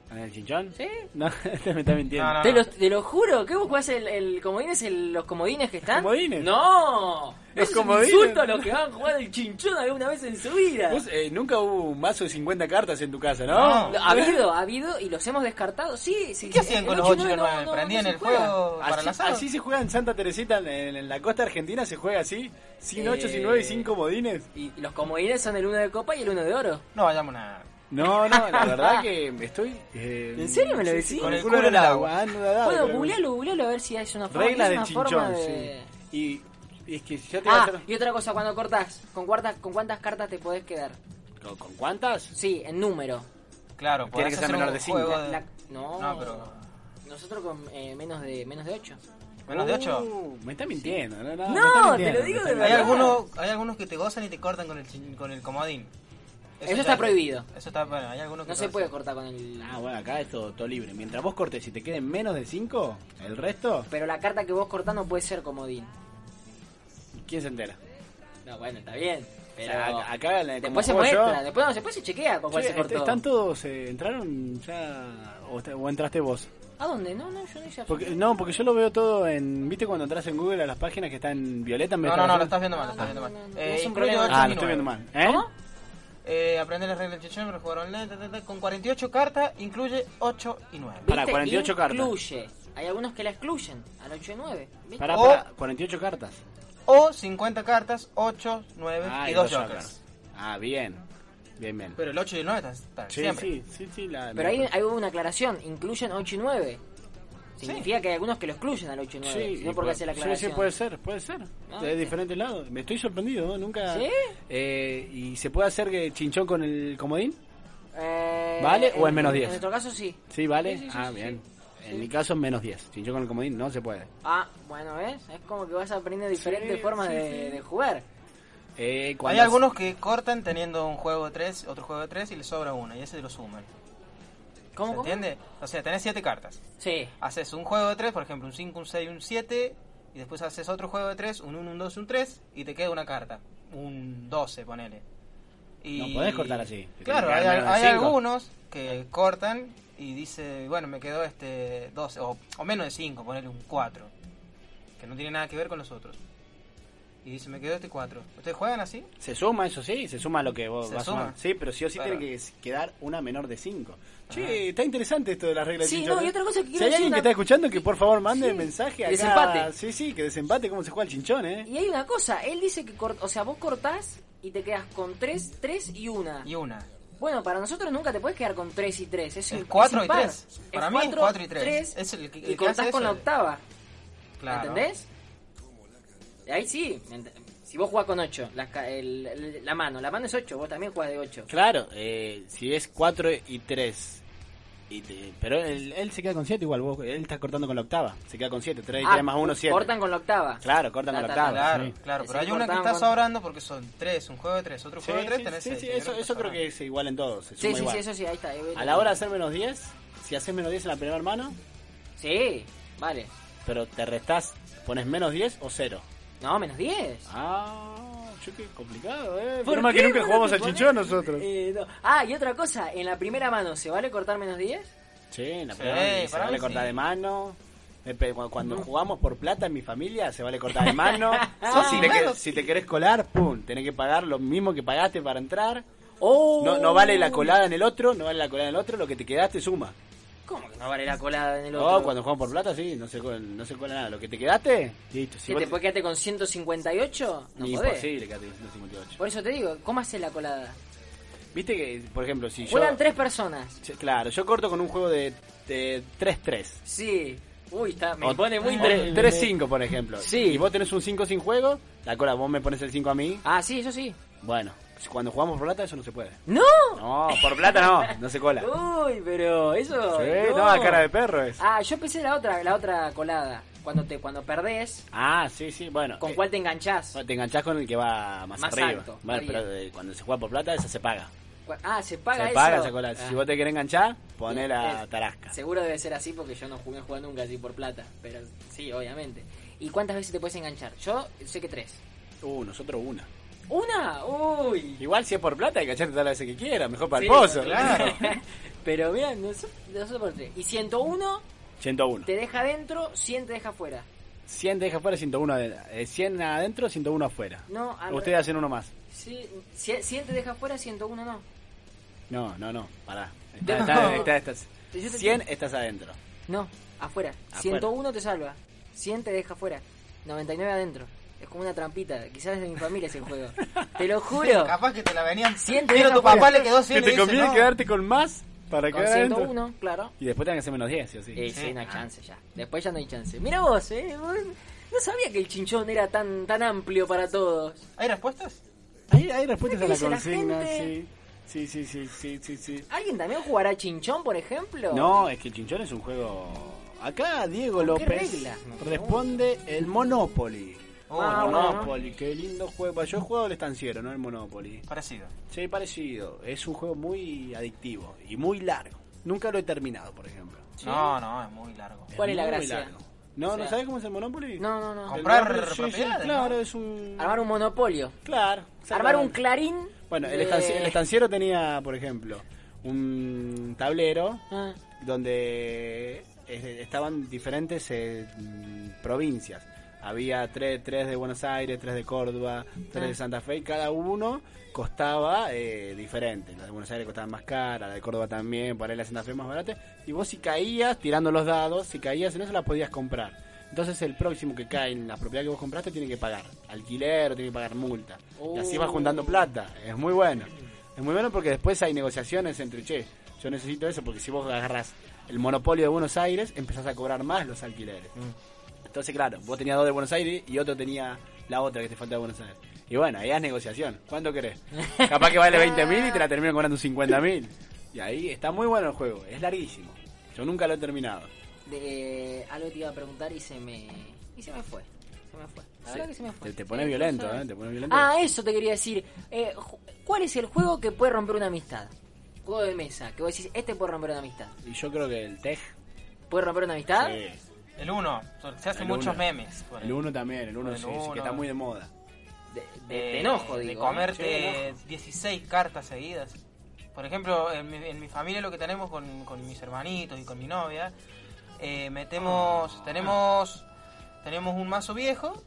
Speaker 1: ¿En el chinchón?
Speaker 5: ¿Sí?
Speaker 1: No, te me está mintiendo.
Speaker 6: No, no,
Speaker 5: Te, lo, te lo juro, ¿qué vos jugás el, el comodín? ¿Es el- los comodines que están?
Speaker 1: ¿Comodines?
Speaker 5: ¡No!
Speaker 1: Los
Speaker 5: es
Speaker 1: comodines.
Speaker 5: un insulto a los que van a jugar el chinchón alguna vez en su vida.
Speaker 1: Vos, eh, nunca hubo un mazo de 50 cartas en tu casa, ¿no?
Speaker 6: No.
Speaker 5: Ha habido, ha habido y los hemos descartado. Sí, sí. sí,
Speaker 6: ¿Qué hacían
Speaker 5: el
Speaker 6: con los 8
Speaker 5: 8
Speaker 6: y los 9?
Speaker 5: no- no
Speaker 6: ¿Prendían
Speaker 5: se
Speaker 6: el
Speaker 5: juega.
Speaker 6: fuego para
Speaker 1: Así,
Speaker 6: la sala?
Speaker 1: así se juega en Santa Teresita, en, en la costa argentina se juega así, sin
Speaker 5: Eh.
Speaker 1: 8, sin 9, sin comodines.
Speaker 5: Y los comodines son el uno de copa y el uno de oro.
Speaker 6: No vayamos nada.
Speaker 1: No, no, la verdad que estoy... eh,
Speaker 5: ¿En serio me lo
Speaker 1: sí,
Speaker 5: decís?
Speaker 1: sí, Con el culo en el agua. Ah, no la daba,
Speaker 5: Bueno,
Speaker 1: pero-
Speaker 5: googlealo, googlealo a ver si hay una forma.
Speaker 1: Reglas
Speaker 5: es
Speaker 1: del
Speaker 5: una forma
Speaker 1: chinchón,
Speaker 5: de-
Speaker 1: sí. Y es que ya te iba a
Speaker 5: Ah,
Speaker 1: hacer-
Speaker 5: y otra cosa, cuando cortás, ¿con cuántas, ¿con cuántas cartas te podés quedar?
Speaker 1: ¿Con, con cuántas?
Speaker 5: Sí, en número.
Speaker 6: Claro,
Speaker 1: Tiene que
Speaker 6: podés
Speaker 1: ser
Speaker 6: hacer
Speaker 1: menor
Speaker 6: un
Speaker 1: de cinco.
Speaker 6: juego
Speaker 5: La- no,
Speaker 6: No, pero...
Speaker 5: nosotros con eh, menos de menos de 8.
Speaker 6: ¿Menos de 8?
Speaker 1: Uh, me está mintiendo, no,
Speaker 5: No,
Speaker 1: no. me está
Speaker 5: te
Speaker 1: mintiendo,
Speaker 5: lo digo
Speaker 1: me está
Speaker 5: de
Speaker 1: mintiendo.
Speaker 6: Hay
Speaker 5: verdad.
Speaker 6: algunos, hay algunos que te gozan y te cortan con el, chin- con el comodín.
Speaker 5: Eso está prohibido.
Speaker 6: Eso está bueno, hay algunos que
Speaker 5: No
Speaker 6: te
Speaker 5: se
Speaker 6: gozan.
Speaker 5: puede cortar con el...
Speaker 1: Ah, bueno, acá es todo, todo libre. Mientras vos cortes y te queden menos de 5, el resto,
Speaker 5: Pero la carta que vos cortás no puede ser comodín.
Speaker 1: ¿quién se entera?
Speaker 5: No, bueno, está bien. Pero...
Speaker 1: O sea, acá, la- como
Speaker 5: después se
Speaker 1: juego yo-
Speaker 5: muestra, después, no, después se chequea con cuál
Speaker 1: Che,
Speaker 5: se cortó.
Speaker 1: ¿Están todos, eh, entraron ya o, te- o entraste vos?
Speaker 5: ¿A dónde? No, no, yo no hice
Speaker 1: Porque,
Speaker 5: absolutamente-
Speaker 1: no, porque yo lo veo todo en, ¿viste cuando entras en Google a las páginas que están violeta? en vez
Speaker 6: No,
Speaker 1: de estar
Speaker 6: no, no, lo
Speaker 1: azul?
Speaker 6: estás viendo mal, lo estás
Speaker 5: No,
Speaker 6: viendo
Speaker 5: no,
Speaker 6: mal.
Speaker 5: no, no, no.
Speaker 6: Eh,
Speaker 5: Es un
Speaker 6: incluye
Speaker 5: problema.
Speaker 6: ocho
Speaker 1: Ah,
Speaker 6: y
Speaker 1: lo estoy viendo
Speaker 6: nueve.
Speaker 1: mal. ¿Eh?
Speaker 5: ¿Cómo?
Speaker 6: Eh, aprender las reglas del chichón, pero jugar online, ta, ta, ta, con 48 cartas, incluye 8 y 9.
Speaker 1: Pará,
Speaker 5: ¿Viste?
Speaker 1: 48 cartas.
Speaker 5: Incluye. Hay algunos que la excluyen al 8 y 9. ¿viste?
Speaker 1: Pará,
Speaker 6: O-
Speaker 1: pará, 48 cartas.
Speaker 6: O 50 cartas, 8, 9
Speaker 1: Ah,
Speaker 6: y 2
Speaker 1: dos
Speaker 6: jokers.
Speaker 1: jokers. Ah, bien. Bien, bien. Ah,
Speaker 6: Pero el 8 y el 9 están, están
Speaker 1: Sí,
Speaker 6: siempre.
Speaker 1: sí, sí, sí, la-
Speaker 5: Pero
Speaker 1: la-
Speaker 5: ahí, ahí hubo una aclaración, incluyen 8 y 9. Significa que hay algunos que lo excluyen al 8 y 9.
Speaker 1: Sí,
Speaker 5: no
Speaker 1: y
Speaker 5: porque
Speaker 1: puede-
Speaker 5: hace la
Speaker 1: sí,
Speaker 5: aclaración.
Speaker 1: Sí, puede ser, puede ser.
Speaker 5: Ah,
Speaker 1: de
Speaker 5: sí.
Speaker 1: diferentes lados. Me estoy sorprendido, ¿no? Nunca.
Speaker 5: ¿Sí?
Speaker 1: Eh, ¿Y se puede hacer que chinchón con el comodín?
Speaker 5: Eh,
Speaker 1: ¿Vale? ¿O es
Speaker 5: en-
Speaker 1: menos
Speaker 5: En
Speaker 1: 10?
Speaker 5: nuestro caso sí.
Speaker 1: Sí, vale.
Speaker 5: Sí, sí, sí,
Speaker 1: ah,
Speaker 5: sí,
Speaker 1: bien.
Speaker 5: Sí.
Speaker 1: En mi caso, menos 10. Chinchón con el comodín no se puede.
Speaker 5: Ah, bueno, ¿ves? Es como que vas aprendiendo diferentes
Speaker 1: Sí,
Speaker 5: formas
Speaker 1: sí,
Speaker 5: de,
Speaker 1: sí.
Speaker 5: de jugar.
Speaker 1: Eh,
Speaker 6: Hay
Speaker 1: ¿cuántas-
Speaker 6: algunos que cortan teniendo un juego de 3, otro juego de 3 y le sobra una, y ese lo suman.
Speaker 5: ¿Cómo?
Speaker 6: ¿Se
Speaker 5: cómo?
Speaker 6: entiende? O sea, tenés 7 cartas.
Speaker 5: Sí.
Speaker 6: Haces un juego de 3, por ejemplo, un 5, un 6, un 7, y después haces otro juego de 3, un 1, un 2, un 3, y te queda una carta. Un 12, ponele. Y...
Speaker 1: No podés cortar así.
Speaker 6: Claro,
Speaker 1: Te
Speaker 6: hay,
Speaker 1: quedan menos de
Speaker 6: hay
Speaker 1: cinco.
Speaker 6: algunos que cortan y dice, bueno, me quedó este 12, o, o menos de 5, ponele un 4, que no tiene nada que ver con los otros. Y dice, me quedó este 4. ¿Ustedes juegan así?
Speaker 1: Se suma, eso sí, se suma lo que vos
Speaker 6: Se
Speaker 1: vas
Speaker 6: suma.
Speaker 1: sumando. Sí, pero sí o sí
Speaker 6: Claro.
Speaker 1: tiene que quedar una menor de 5. Che, está interesante esto de las reglas
Speaker 5: Sí,
Speaker 1: de chinchón.
Speaker 5: no, y otra cosa que
Speaker 1: Si
Speaker 5: quiero
Speaker 1: hay
Speaker 5: decir
Speaker 1: alguien que
Speaker 5: una-
Speaker 1: está escuchando, que por favor mande el mensaje acá.
Speaker 5: Desempate.
Speaker 1: Sí, sí, que desempate cómo se juega el chinchón, ¿eh?
Speaker 5: Y hay una cosa, él dice que cort... o sea, vos cortás y te quedas con 3, 3 y 1.
Speaker 6: Y una.
Speaker 5: Bueno, para nosotros nunca te puedes quedar con 3 y 3. Es,
Speaker 6: Es
Speaker 5: un-
Speaker 6: 4
Speaker 5: es
Speaker 6: y
Speaker 5: impar.
Speaker 6: 3. Para mí es 4 y 3. Es el que- el
Speaker 5: y
Speaker 6: que
Speaker 5: cortás
Speaker 6: hace
Speaker 5: con
Speaker 6: eso.
Speaker 5: la octava.
Speaker 6: Claro.
Speaker 5: ¿Entendés? Ahí sí. me ent- Si vos jugás con 8, la, ca- el- el- la mano, la mano es 8, vos también jugás de 8.
Speaker 1: Claro, eh, si es 4 y 3. Y te- pero él, él se queda con 7 igual, vos, él está cortando con la octava. Se queda con 7, 3 y 3 más 1, 7.
Speaker 5: Cortan con la octava.
Speaker 1: Claro, cortan con la
Speaker 5: Ah, Ta, ta, ta,
Speaker 1: octava.
Speaker 6: Claro,
Speaker 1: sí.
Speaker 6: claro, pero
Speaker 5: Así
Speaker 6: hay una que
Speaker 5: cortaban
Speaker 6: está
Speaker 5: cuando-
Speaker 6: sobrando porque son tres, un juego de tres, otro
Speaker 1: Sí,
Speaker 6: juego de tres,
Speaker 1: sí,
Speaker 6: tenés
Speaker 1: sí,
Speaker 6: seis,
Speaker 1: sí,
Speaker 6: yo
Speaker 1: eso,
Speaker 6: que
Speaker 1: eso
Speaker 6: está
Speaker 1: creo que es igual en todos. se
Speaker 5: Sí,
Speaker 1: suma
Speaker 5: sí,
Speaker 1: igual.
Speaker 5: sí, eso sí, ahí está. eh, ahí viene.
Speaker 1: A la hora de hacer menos 10, si haces menos 10 en la primera mano,
Speaker 5: Sí, vale.
Speaker 1: pero te restás, pones menos 10 o 0.
Speaker 5: No, menos 10.
Speaker 1: Ah, yo qué complicado, eh.
Speaker 5: ¿Por
Speaker 1: Problema
Speaker 5: qué
Speaker 1: que nunca
Speaker 5: no
Speaker 1: jugamos
Speaker 5: te
Speaker 1: al
Speaker 5: pones-
Speaker 1: chinchón nosotros.
Speaker 5: Eh, no. Ah, y otra cosa, en la primera mano, ¿se vale cortar menos 10?
Speaker 1: Sí, en la
Speaker 6: Sí,
Speaker 1: primera mano se
Speaker 6: para
Speaker 1: vale
Speaker 6: mí
Speaker 1: cortar
Speaker 6: sí.
Speaker 1: de mano. Me pe- cu- Cuando jugamos por plata en mi familia, se vale cortar de mano.
Speaker 5: Ah,
Speaker 6: Sos
Speaker 1: si, te
Speaker 6: malo.
Speaker 1: que- si te querés colar, pum, tenés que pagar lo mismo que pagaste para entrar.
Speaker 5: Oh,
Speaker 1: No, no vale la colada en el otro, no vale la colada en el otro, lo que te quedaste suma.
Speaker 5: ¿Cómo que no vale la colada en el otro?
Speaker 1: No, cuando jugamos por plata, sí, no se, col- no se cola nada. Lo que te quedaste, listo. Si
Speaker 5: ¿Que te
Speaker 1: vos pues te-
Speaker 5: puedes quedarte con 158? No
Speaker 1: Ni
Speaker 5: podés.
Speaker 1: Imposible quedarte con 158.
Speaker 5: Por eso te digo, ¿cómo haces la colada?
Speaker 1: Viste que, por ejemplo, si yo...
Speaker 5: Juegan tres personas.
Speaker 1: Sí, Claro, yo corto con un juego de de 3-3.
Speaker 5: Sí. Uy, está, me
Speaker 1: O
Speaker 5: pone muy
Speaker 1: tre-
Speaker 5: mal.
Speaker 1: 3-5, por ejemplo.
Speaker 5: Sí.
Speaker 1: Y vos tenés un 5 sin juego, la cola, vos me pones el 5 a mí.
Speaker 5: Ah, sí, eso sí.
Speaker 1: Bueno, cuando jugamos por plata, eso no se puede.
Speaker 5: ¡No!
Speaker 1: No, por plata no, no se cola.
Speaker 5: Uy, pero eso.
Speaker 1: Sí, no, a cara de perro es.
Speaker 5: Ah, yo pensé la otra, la otra colada. Cuando te, cuando perdés,
Speaker 1: Ah, sí, sí, bueno.
Speaker 5: ¿con
Speaker 1: eh,
Speaker 5: cuál te enganchás?
Speaker 1: no, Te enganchás con el que va más,
Speaker 5: Más
Speaker 1: arriba.
Speaker 5: alto,
Speaker 1: Bueno,
Speaker 5: está
Speaker 1: pero eh, cuando se juega por plata, esa se paga.
Speaker 5: Cu- Ah, se paga
Speaker 1: se
Speaker 5: eso.
Speaker 1: paga esa cola.
Speaker 5: Ah.
Speaker 1: Si vos te querés enganchar, poné la
Speaker 5: Es-
Speaker 1: tarasca.
Speaker 5: Seguro debe ser así porque yo no jugué, jugué nunca así por plata. Pero sí, obviamente. ¿Y cuántas veces te puedes enganchar? Yo sé que tres.
Speaker 1: Uh, nosotros una.
Speaker 5: ¿Una? Uy.
Speaker 1: Igual si es por plata, engancharte todas las veces que quiera, mejor para
Speaker 5: Sí,
Speaker 1: el pozo.
Speaker 5: claro. Pero mira, nosotros, nosotros por tres. Y 101
Speaker 1: 101.
Speaker 5: te deja adentro, 100 te deja fuera.
Speaker 1: 100 deja afuera, 101 adentro. 100 eh, adentro, 101 afuera.
Speaker 5: Ah, No, al
Speaker 1: Ustedes hacen uno más.
Speaker 5: Sí, 100 100 te deja fuera, 101 no.
Speaker 1: No, no, no, pará.
Speaker 5: De-
Speaker 1: Está, está-
Speaker 5: no.
Speaker 1: está- estás-
Speaker 5: Yo te-
Speaker 1: 100 estás adentro.
Speaker 5: No, afuera.
Speaker 1: Afuera.
Speaker 5: 101 te salva. 100 te deja fuera. 99 adentro. Es como una trampita. Quizás es de mi familia ese juego. Te lo juro.
Speaker 6: Capaz que te la venían.
Speaker 5: Cien te
Speaker 6: Pero
Speaker 5: deja
Speaker 6: tu
Speaker 5: fuera.
Speaker 6: papá le quedó 100
Speaker 1: Que
Speaker 6: y
Speaker 1: te
Speaker 6: dice,
Speaker 1: conviene
Speaker 6: no.
Speaker 1: quedarte con más para
Speaker 5: Con
Speaker 1: quedar adentro.
Speaker 5: 101, claro.
Speaker 1: Y después tenés que hacer menos 10, sí o sí.
Speaker 5: Eh, sí, no
Speaker 6: Ah.
Speaker 5: hay chance ya. Después ya no hay chance. Mira vos, eh. vos- No sabía que el chinchón era tan tan amplio para todos.
Speaker 6: ¿Hay respuestas?
Speaker 1: Hay, hay respuestas
Speaker 5: ¿Qué
Speaker 1: a la
Speaker 5: dice la
Speaker 1: consigna, sí.
Speaker 5: gente?
Speaker 1: Sí, sí, sí, sí, sí, sí.
Speaker 5: ¿Alguien también jugará chinchón, por ejemplo?
Speaker 1: No, eh, es que el chinchón es un juego... Acá Diego
Speaker 5: Ah, ¿Con qué
Speaker 1: López
Speaker 5: regla?
Speaker 1: responde el Monopoly.
Speaker 6: Oh,
Speaker 5: Ah,
Speaker 6: no,
Speaker 5: bueno.
Speaker 1: Monopoly, qué lindo juego. Yo he jugado el estanciero, no el Monopoly.
Speaker 6: Parecido.
Speaker 1: Sí, parecido. Es un juego muy adictivo y muy largo. Nunca lo he terminado, por ejemplo.
Speaker 6: No, no, es muy largo.
Speaker 5: ¿Cuál es la
Speaker 1: muy
Speaker 5: gracia?
Speaker 1: largo. No,
Speaker 5: O sea-
Speaker 1: ¿no sabes cómo es el Monopoly?
Speaker 5: No, no, no.
Speaker 1: El
Speaker 6: Comprar
Speaker 1: Monopoly, sí, sí,
Speaker 6: propiedades,
Speaker 1: claro,
Speaker 6: ¿no?
Speaker 1: es un...
Speaker 5: Armar un monopolio. Eh.
Speaker 1: Claro.
Speaker 5: Armar un
Speaker 1: exactamente.
Speaker 5: clarín.
Speaker 1: Bueno, el,
Speaker 5: de-
Speaker 1: estanci- el estanciero tenía, por ejemplo, un tablero
Speaker 5: Ah,
Speaker 1: donde eh, estaban diferentes eh, mm, provincias. Había tres, tres de Buenos Aires, tres de Córdoba, tres
Speaker 5: Ah.
Speaker 1: de Santa Fe, y cada uno costaba eh, diferente. La de Buenos Aires costaba más cara, la de Córdoba también, por ahí la de Santa Fe más barata. Y vos si caías, tirando los dados, si caías en eso la podías comprar. Entonces el próximo que cae en la propiedad que vos compraste tiene que pagar alquiler, o tiene que pagar multa. Y así vas juntando plata. Es muy bueno. Es muy bueno porque después hay negociaciones entre, che, yo necesito eso porque si vos agarras el monopolio de Buenos Aires, empezás a cobrar más los alquileres. Entonces, claro, vos tenías dos de Buenos Aires y otro tenía la otra que te falta de Buenos Aires. Y bueno, ahí es negociación. ¿Cuánto querés? Capaz que vale 20 mil y te la termino cobrando 50 mil. Y ahí está muy bueno el juego. Es larguísimo. Yo nunca lo he terminado.
Speaker 5: de- Algo te iba a preguntar y se me. Y se me fue. Se me fue. La verdad que se me fue.
Speaker 1: Te, te pone
Speaker 5: Sí,
Speaker 1: violento,
Speaker 5: no sé.
Speaker 1: ¿eh? Te pone violento.
Speaker 5: Ah, eso te quería decir. Eh, ju- ¿Cuál es el juego que puede romper una amistad? Juego de mesa. Que vos decís, este puede romper una amistad.
Speaker 1: Y yo creo que el Tej.
Speaker 5: ¿Puede romper una amistad?
Speaker 1: eh,
Speaker 6: El 1. Se hacen
Speaker 1: El
Speaker 6: muchos
Speaker 1: uno.
Speaker 6: memes. por
Speaker 1: el
Speaker 6: ahí.
Speaker 1: 1 también, el 1
Speaker 6: El
Speaker 1: sí, sí,
Speaker 6: uno. Eh,
Speaker 1: que está muy de moda.
Speaker 5: De, de- de enojo,
Speaker 6: de
Speaker 5: digo. ¿eh?
Speaker 6: comerte 16 cartas seguidas. Por ejemplo, en mi, en mi familia lo que tenemos con, con mis hermanitos y con mi novia, eh,
Speaker 5: Ah.
Speaker 6: metemos, tenemos, tenemos un mazo viejo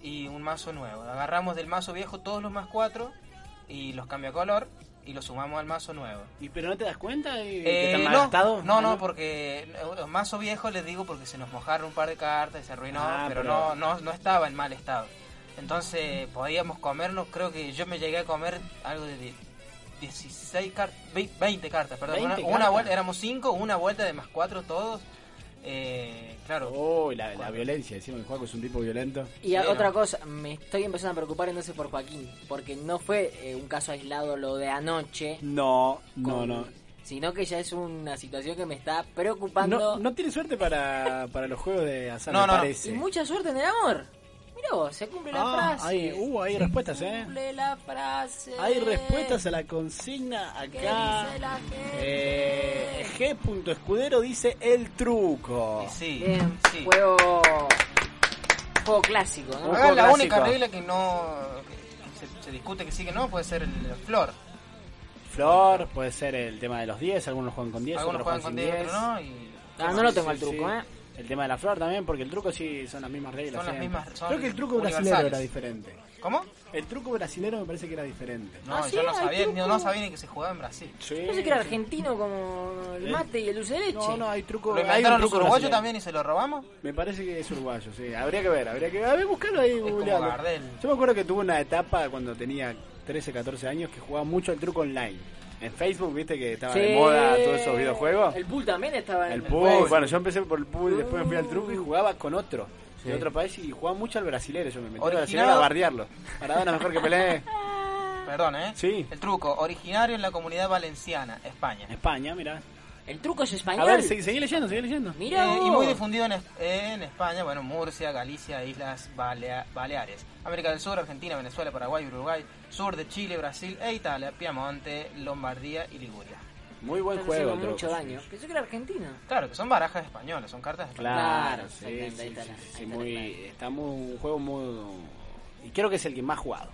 Speaker 6: y un mazo nuevo. Agarramos del mazo viejo todos los más cuatro y los cambia color y los sumamos al mazo nuevo.
Speaker 1: ¿Y pero no te das cuenta eh, que
Speaker 6: Eh,
Speaker 1: están mal
Speaker 6: no,
Speaker 1: gastados?
Speaker 6: no,
Speaker 1: Ah,
Speaker 6: no, porque eh, los mazo viejos les digo porque se nos mojaron un par de cartas y se arruinó,
Speaker 1: Ah,
Speaker 6: pero,
Speaker 1: pero-
Speaker 6: No, no, no estaba en mal estado. Entonces podíamos comernos, creo que yo me llegué a comer algo de die- 16 cartas, 20 cartas, perdón.
Speaker 1: 20
Speaker 6: una, una
Speaker 1: cartas.
Speaker 6: vuelta, éramos 5, una vuelta de más 4 todos. Eh, claro,
Speaker 1: Oh, la, la violencia, decimos que Juaco es un tipo violento.
Speaker 5: Y a-
Speaker 6: Bien.
Speaker 5: otra cosa, me estoy empezando a preocupar entonces por Joaquín, porque no fue eh, un caso aislado lo de anoche,
Speaker 1: No, no,
Speaker 5: con-
Speaker 1: no.
Speaker 5: sino que ya es una situación que me está preocupando.
Speaker 1: No, no tiene suerte para, para los juegos de azar,
Speaker 6: No,
Speaker 1: me
Speaker 6: no.
Speaker 5: Y
Speaker 1: parece.
Speaker 5: mucha suerte en el amor. Mira vos, se cumple la
Speaker 1: Ah,
Speaker 5: frase.
Speaker 1: hay, uh, hay respuestas,
Speaker 5: Se
Speaker 1: ¿eh?
Speaker 5: cumple la frase.
Speaker 1: Hay respuestas a la consigna
Speaker 5: ¿Qué
Speaker 1: acá.
Speaker 5: dice la gente?
Speaker 1: Eh, G. Escudero dice el truco.
Speaker 6: y sí,
Speaker 5: Bien,
Speaker 6: sí.
Speaker 5: juego... juego clásico, ¿no?
Speaker 1: Un
Speaker 6: Acá
Speaker 1: juego
Speaker 6: Ah, la
Speaker 1: clásico.
Speaker 6: única regla que no que se, se discute que sí que no puede ser el, el flor.
Speaker 1: Flor, puede ser el tema de los 10, algunos juegan con 10,
Speaker 6: Algunos
Speaker 1: otros
Speaker 6: juegan con 10,
Speaker 1: sin
Speaker 6: otros no. Y,
Speaker 5: Ah, no lo tengo
Speaker 1: Sí,
Speaker 5: el truco,
Speaker 1: sí.
Speaker 5: ¿eh?
Speaker 1: El tema de la flor también, porque el truco sí son las mismas reglas.
Speaker 6: Son las
Speaker 1: siempre.
Speaker 6: mismas- son
Speaker 1: Creo que el truco brasilero
Speaker 6: universales.
Speaker 1: era diferente.
Speaker 6: ¿Cómo?
Speaker 1: El truco brasilero me parece que era diferente.
Speaker 6: No,
Speaker 5: Ah,
Speaker 6: yo
Speaker 5: sí,
Speaker 6: no
Speaker 5: hay
Speaker 6: sabía, ni-
Speaker 5: truco.
Speaker 6: no sabía ni que se jugaba en Brasil.
Speaker 1: Sí.
Speaker 5: Yo sé que era argentino como el mate y el dulce de leche.
Speaker 1: ¿Eh? No, no, hay truco.
Speaker 6: ¿Lo
Speaker 1: hay un
Speaker 6: inventaron los
Speaker 1: truco
Speaker 6: uruguayos
Speaker 1: brasilero.
Speaker 6: también y se lo robamos?
Speaker 1: Me parece que es uruguayo, sí. Habría que ver, habría que ver. A ver, buscalo ahí,
Speaker 6: como
Speaker 1: googlealo.
Speaker 6: Gardel.
Speaker 1: Yo me acuerdo que tuve una etapa cuando tenía 13, 14 años que jugaba mucho el truco online. En Facebook, viste que estaba de
Speaker 5: Sí.
Speaker 1: moda todos esos videojuegos.
Speaker 5: El pool también estaba en
Speaker 1: El
Speaker 5: juego.
Speaker 1: pool, bueno, yo empecé por el pool, después me fui al truco y jugaba con otro, de otro país y jugaba mucho al brasilero, yo me metí al
Speaker 6: Originado-
Speaker 1: brasilero a bardearlo. Maradona mejor que Pelé.
Speaker 6: Perdón, ¿eh?
Speaker 1: Sí.
Speaker 6: El truco, originario en la comunidad valenciana, España.
Speaker 1: España, mira.
Speaker 5: El truco es español.
Speaker 1: A ver, seguí, seguí leyendo, seguí leyendo.
Speaker 5: Mira
Speaker 6: Eh,
Speaker 5: vos.
Speaker 6: y muy difundido en, es- en España, bueno, Murcia, Galicia, Islas Balea- Baleares, América del Sur, Argentina, Venezuela, Paraguay, Uruguay, sur de Chile, Brasil e Italia, Piamonte, Lombardía y Liguria.
Speaker 1: Muy buen
Speaker 5: Estás
Speaker 1: juego el
Speaker 5: haciendo mucho
Speaker 1: truco.
Speaker 5: daño. Pensé que era argentina.
Speaker 6: Claro, que son barajas españolas, son cartas españolas.
Speaker 1: Claro,
Speaker 5: Claro,
Speaker 1: sí,
Speaker 5: ahí está,
Speaker 1: sí,
Speaker 5: ahí está
Speaker 1: sí,
Speaker 5: la-
Speaker 1: sí,
Speaker 5: ahí está la
Speaker 1: muy,
Speaker 5: clave.
Speaker 1: está muy, un juego muy... Y creo que es el que más jugado.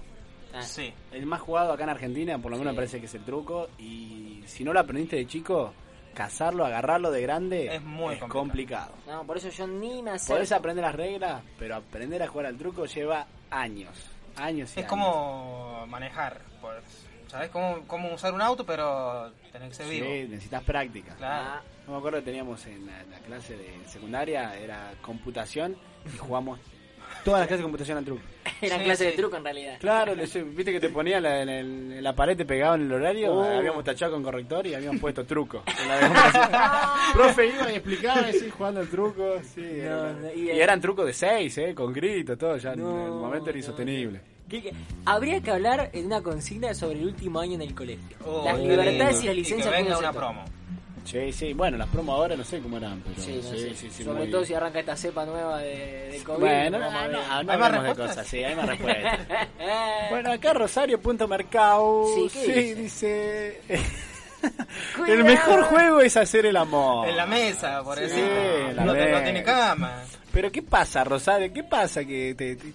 Speaker 5: Ah,
Speaker 6: Sí.
Speaker 1: El más jugado acá en Argentina, por lo menos
Speaker 5: Sí.
Speaker 1: me parece que es el truco. Y si no lo aprendiste de chico, cazarlo, agarrarlo de grande
Speaker 6: Es muy
Speaker 1: complicado.
Speaker 6: complicado.
Speaker 5: No, por eso yo ni me acerco.
Speaker 1: Podés aprender las reglas, pero aprender a jugar al truco lleva años. Años y
Speaker 6: Es
Speaker 1: años.
Speaker 6: como manejar, pues, ¿sabes? Cómo, cómo usar un auto, pero tenés que ser
Speaker 1: Sí,
Speaker 6: vivo.
Speaker 1: necesitas práctica. Ah.
Speaker 6: Claro.
Speaker 1: No me acuerdo que teníamos en la, la clase de secundaria, era computación, y jugamos todas las clases de computación al truco.
Speaker 5: Era
Speaker 6: Sí,
Speaker 5: clase de
Speaker 6: sí.
Speaker 5: truco en realidad.
Speaker 1: Claro, le- viste que te ponían la- en, el- en la pared, te pegaban el horario,
Speaker 5: Oh.
Speaker 1: habíamos tachado con corrector y habíamos puesto truco. en la demostración. Profe iba y explicaba, así, jugando el truco. sí, era-
Speaker 5: no,
Speaker 1: y,
Speaker 5: y-
Speaker 1: eran trucos de seis, eh, con gritos, todo, ya en
Speaker 5: No,
Speaker 1: el momento era
Speaker 5: no,
Speaker 1: insostenible.
Speaker 5: ¿Qué- qué? Habría que hablar en una consigna sobre el último año en el colegio.
Speaker 6: Oh,
Speaker 5: las
Speaker 6: qué
Speaker 5: libertades
Speaker 6: lindo.
Speaker 5: y las licencias
Speaker 6: que
Speaker 5: que
Speaker 6: venga
Speaker 5: uno se
Speaker 6: una
Speaker 5: toma.
Speaker 6: promo.
Speaker 1: Sí, sí, bueno, las promos ahora no sé cómo eran, pero
Speaker 5: Sí,
Speaker 1: sí,
Speaker 5: no sé.
Speaker 1: sí, sí,
Speaker 5: sobre
Speaker 1: muy-
Speaker 5: todo si arranca esta cepa nueva de, de COVID.
Speaker 1: Bueno, no,
Speaker 5: vamos a
Speaker 1: no,
Speaker 5: ver.
Speaker 1: no, no
Speaker 6: ¿Hay más
Speaker 1: hablemos de
Speaker 6: respuestas?
Speaker 1: cosas, sí, hay más respuestas.
Speaker 5: Eh,
Speaker 1: Bueno, acá Rosario.mercado.
Speaker 5: Sí,
Speaker 1: Sí,
Speaker 5: ¿qué
Speaker 1: sí,
Speaker 5: dice?
Speaker 1: dice. el
Speaker 5: Cuidado.
Speaker 1: mejor juego es hacer el amor.
Speaker 6: En la mesa, por
Speaker 1: Sí,
Speaker 6: eso.
Speaker 1: en la
Speaker 6: no, no
Speaker 1: mesa.
Speaker 6: tiene cama.
Speaker 1: Eh, Pero ¿qué pasa, Rosario? ¿Qué pasa? que te, te-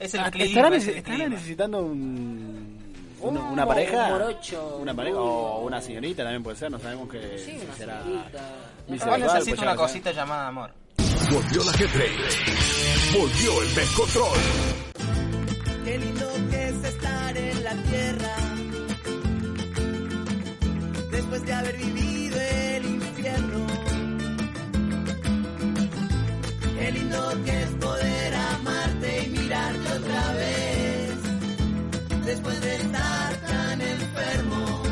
Speaker 6: Es el
Speaker 1: Ah,
Speaker 6: clima.
Speaker 1: ¿Estarán,
Speaker 6: es el
Speaker 1: estarán
Speaker 6: clima.
Speaker 1: necesitando un,
Speaker 5: Un
Speaker 1: una, una
Speaker 5: mo-
Speaker 1: pareja?
Speaker 5: un morocho,
Speaker 1: Una
Speaker 5: un
Speaker 1: pareja
Speaker 5: rubio.
Speaker 1: o una señorita también puede ser, no sabemos qué
Speaker 5: sí,
Speaker 1: si
Speaker 5: una
Speaker 1: será.
Speaker 5: señorita.
Speaker 6: Yo
Speaker 1: bisexual, puede
Speaker 6: necesito una
Speaker 1: llegar a ser.
Speaker 6: cosita llamada amor.
Speaker 3: Volvió la G3. Volvió el descontrol.
Speaker 4: Qué lindo que es estar en la tierra. Después de haber vivido el infierno. Qué lindo que es poder amarte y mirarte otra vez. Después de estar tan enfermo.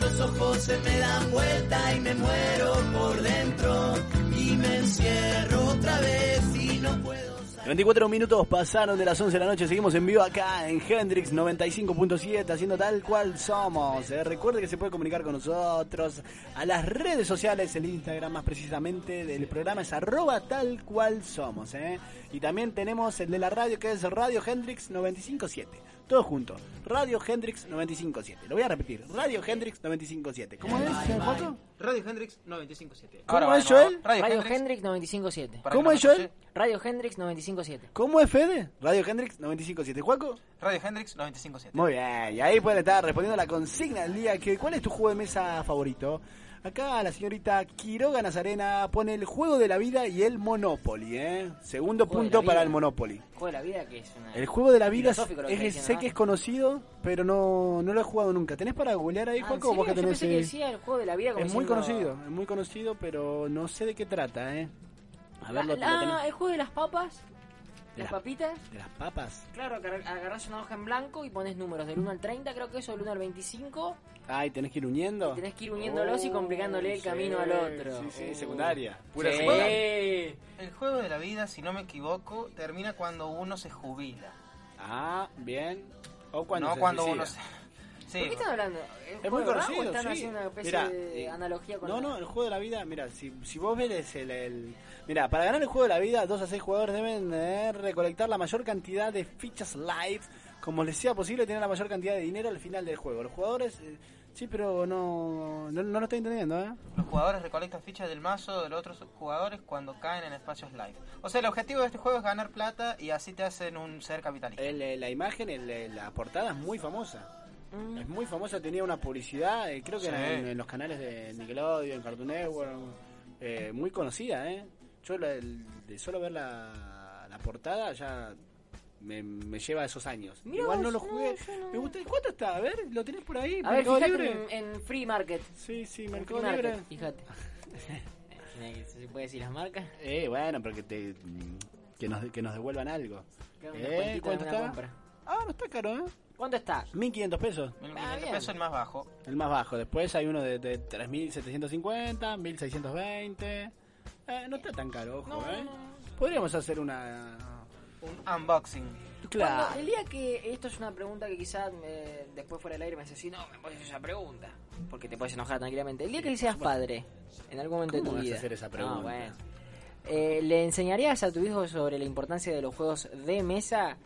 Speaker 4: los ojos se me dan vuelta y me muero por dentro y me encierro otra vez y no puedo salir.
Speaker 1: 24 minutos pasaron de las 11 de la noche, seguimos en vivo acá en Hendrix 95.7, haciendo tal cual somos. Eh, recuerde que se puede comunicar con nosotros a las redes sociales, el Instagram más precisamente del programa es arroba tal cual somos. eh. Y también tenemos el de la radio que es Radio Hendrix 95.7. Todo junto, Radio Hendrix 95.7. Lo voy a repetir, Radio Hendrix 95.7. ¿Cómo es, Joaco?
Speaker 6: Radio Hendrix 957.
Speaker 1: ¿Cómo
Speaker 6: Ahora
Speaker 1: es,
Speaker 6: va de nuevo.
Speaker 1: Joel?
Speaker 6: Radio,
Speaker 5: Radio
Speaker 6: Hendrix.
Speaker 5: Hendrix 957.
Speaker 6: para que
Speaker 1: ¿Cómo
Speaker 6: no
Speaker 1: es,
Speaker 6: me
Speaker 1: Joel?
Speaker 6: escuche.
Speaker 5: Radio Hendrix 957.
Speaker 1: ¿Cómo es Fede? Radio Hendrix 95.7. ¿Juaco?
Speaker 6: Radio Hendrix 957.
Speaker 1: Muy bien, y ahí pueden estar respondiendo a la consigna del día, que ¿cuál es tu juego de mesa favorito? Acá la señorita Quiroga Nazarena pone el juego de la vida y el Monopoly, ¿eh? Segundo
Speaker 5: Juego de
Speaker 1: punto
Speaker 5: la
Speaker 1: para
Speaker 5: vida.
Speaker 1: el Monopoly.
Speaker 5: Juego de la vida que es una.
Speaker 1: El juego de la vida es,
Speaker 5: Filosófico lo que
Speaker 1: es-
Speaker 5: está diciendo,
Speaker 1: sé
Speaker 5: ¿no?
Speaker 1: que es conocido, pero no, no lo he jugado nunca. ¿Tenés para googlear ahí,
Speaker 5: Ah,
Speaker 1: Juaco?
Speaker 5: ¿en
Speaker 1: o vos que
Speaker 5: serio? Yo
Speaker 1: tenés,
Speaker 5: pensé que
Speaker 1: eh,
Speaker 5: decía el juego de la vida como
Speaker 1: es muy
Speaker 5: diciendo-
Speaker 1: conocido, es muy conocido, pero no sé de qué trata, ¿eh? A
Speaker 5: La-
Speaker 1: verlo,
Speaker 5: la- Ah, el juego de las papas.
Speaker 1: De
Speaker 5: Las
Speaker 1: las-
Speaker 5: papitas.
Speaker 1: ¿De las papas?
Speaker 5: Claro, agar- agarrás una hoja en blanco y pones números del 1 al 30, creo que eso, del 1 al 25.
Speaker 1: Ay, ¿tenés que ir uniendo? Oh,
Speaker 5: Y tenés que ir uniéndolos y complicándole el camino al otro.
Speaker 1: Sí, sí,
Speaker 5: Uh.
Speaker 1: secundaria. Pura
Speaker 5: Sí.
Speaker 1: secundaria.
Speaker 6: El juego de la vida, si no me equivoco, termina cuando uno se jubila.
Speaker 1: Ah, bien. O cuando
Speaker 6: no
Speaker 1: se
Speaker 6: cuando
Speaker 1: suicida.
Speaker 6: uno se...
Speaker 5: ¿Por
Speaker 6: Sí,
Speaker 5: qué están hablando? ¿Es,
Speaker 1: Es
Speaker 5: juego
Speaker 1: muy
Speaker 5: de verdad
Speaker 1: conocido,
Speaker 5: o están
Speaker 1: sí.
Speaker 5: haciendo una especie
Speaker 1: Mirá,
Speaker 5: de
Speaker 1: eh,
Speaker 5: analogía con
Speaker 1: No,
Speaker 5: la-
Speaker 1: no, el juego de la vida, mira, si, si vos ves el, el- Mira, para ganar el juego de la vida, 2 a 6 jugadores deben eh, recolectar la mayor cantidad de fichas live, como les sea posible, y tener la mayor cantidad de dinero al final del juego. Los jugadores... eh, sí, pero no, no, no lo estoy entendiendo, ¿eh?
Speaker 6: los jugadores recolectan fichas del mazo de los otros jugadores cuando caen en espacios live. O sea, el objetivo de este juego es ganar plata y así te hacen un ser capitalista.
Speaker 1: El, eh, la imagen, el, eh, la portada es muy famosa.
Speaker 5: Mm.
Speaker 1: Es muy famosa, tenía una publicidad, eh, creo que
Speaker 6: Sí.
Speaker 1: era en, en los canales de Nickelodeon, Cartoon Network, eh, muy conocida, ¿eh? Yo la- el- de solo ver la, la portada ya Me, me lleva a esos años.
Speaker 5: Mirá
Speaker 1: Igual
Speaker 5: vos,
Speaker 1: no lo
Speaker 5: no,
Speaker 1: jugué.
Speaker 5: yo no.
Speaker 1: Me gusta. ¿Cuánto está? A ver, ¿lo tenés por ahí?
Speaker 5: A ver,
Speaker 1: ¿Mercado
Speaker 5: fíjate
Speaker 1: Libre?
Speaker 5: en, en Free Market.
Speaker 1: Sí, sí,
Speaker 5: En
Speaker 1: Mercado
Speaker 5: Free
Speaker 1: Libre.
Speaker 5: Market, Fíjate. ¿Se puede decir las marcas?
Speaker 1: Eh, bueno, pero que te. Que nos, que nos devuelvan algo.
Speaker 5: Claro, una cuentita
Speaker 1: Eh,
Speaker 5: de
Speaker 1: ¿Cuánto
Speaker 5: una
Speaker 1: está?
Speaker 5: compra.
Speaker 1: Ah, no está caro, ¿eh?
Speaker 5: ¿Cuánto está?
Speaker 1: 1500 pesos.
Speaker 6: 1500
Speaker 5: bien.
Speaker 6: pesos el más bajo.
Speaker 1: El más bajo. Después hay uno de, de 3750, 1620. Eh, no está tan caro, ojo, ¿eh? Podríamos hacer una.
Speaker 6: Un unboxing.
Speaker 1: Claro.
Speaker 5: Cuando- el día que esto es una pregunta que quizás eh, después fuera del aire me decís, no, me puedes hacer esa pregunta. Porque te puedes enojar tranquilamente. El día que seas padre, en algún momento de
Speaker 1: ¿Cómo
Speaker 5: tu
Speaker 1: vas a
Speaker 5: vida.
Speaker 1: hacer esa
Speaker 5: No,
Speaker 1: pregunta?
Speaker 5: bueno. Eh, ¿Le enseñarías a tu hijo sobre la importancia de los juegos de mesa?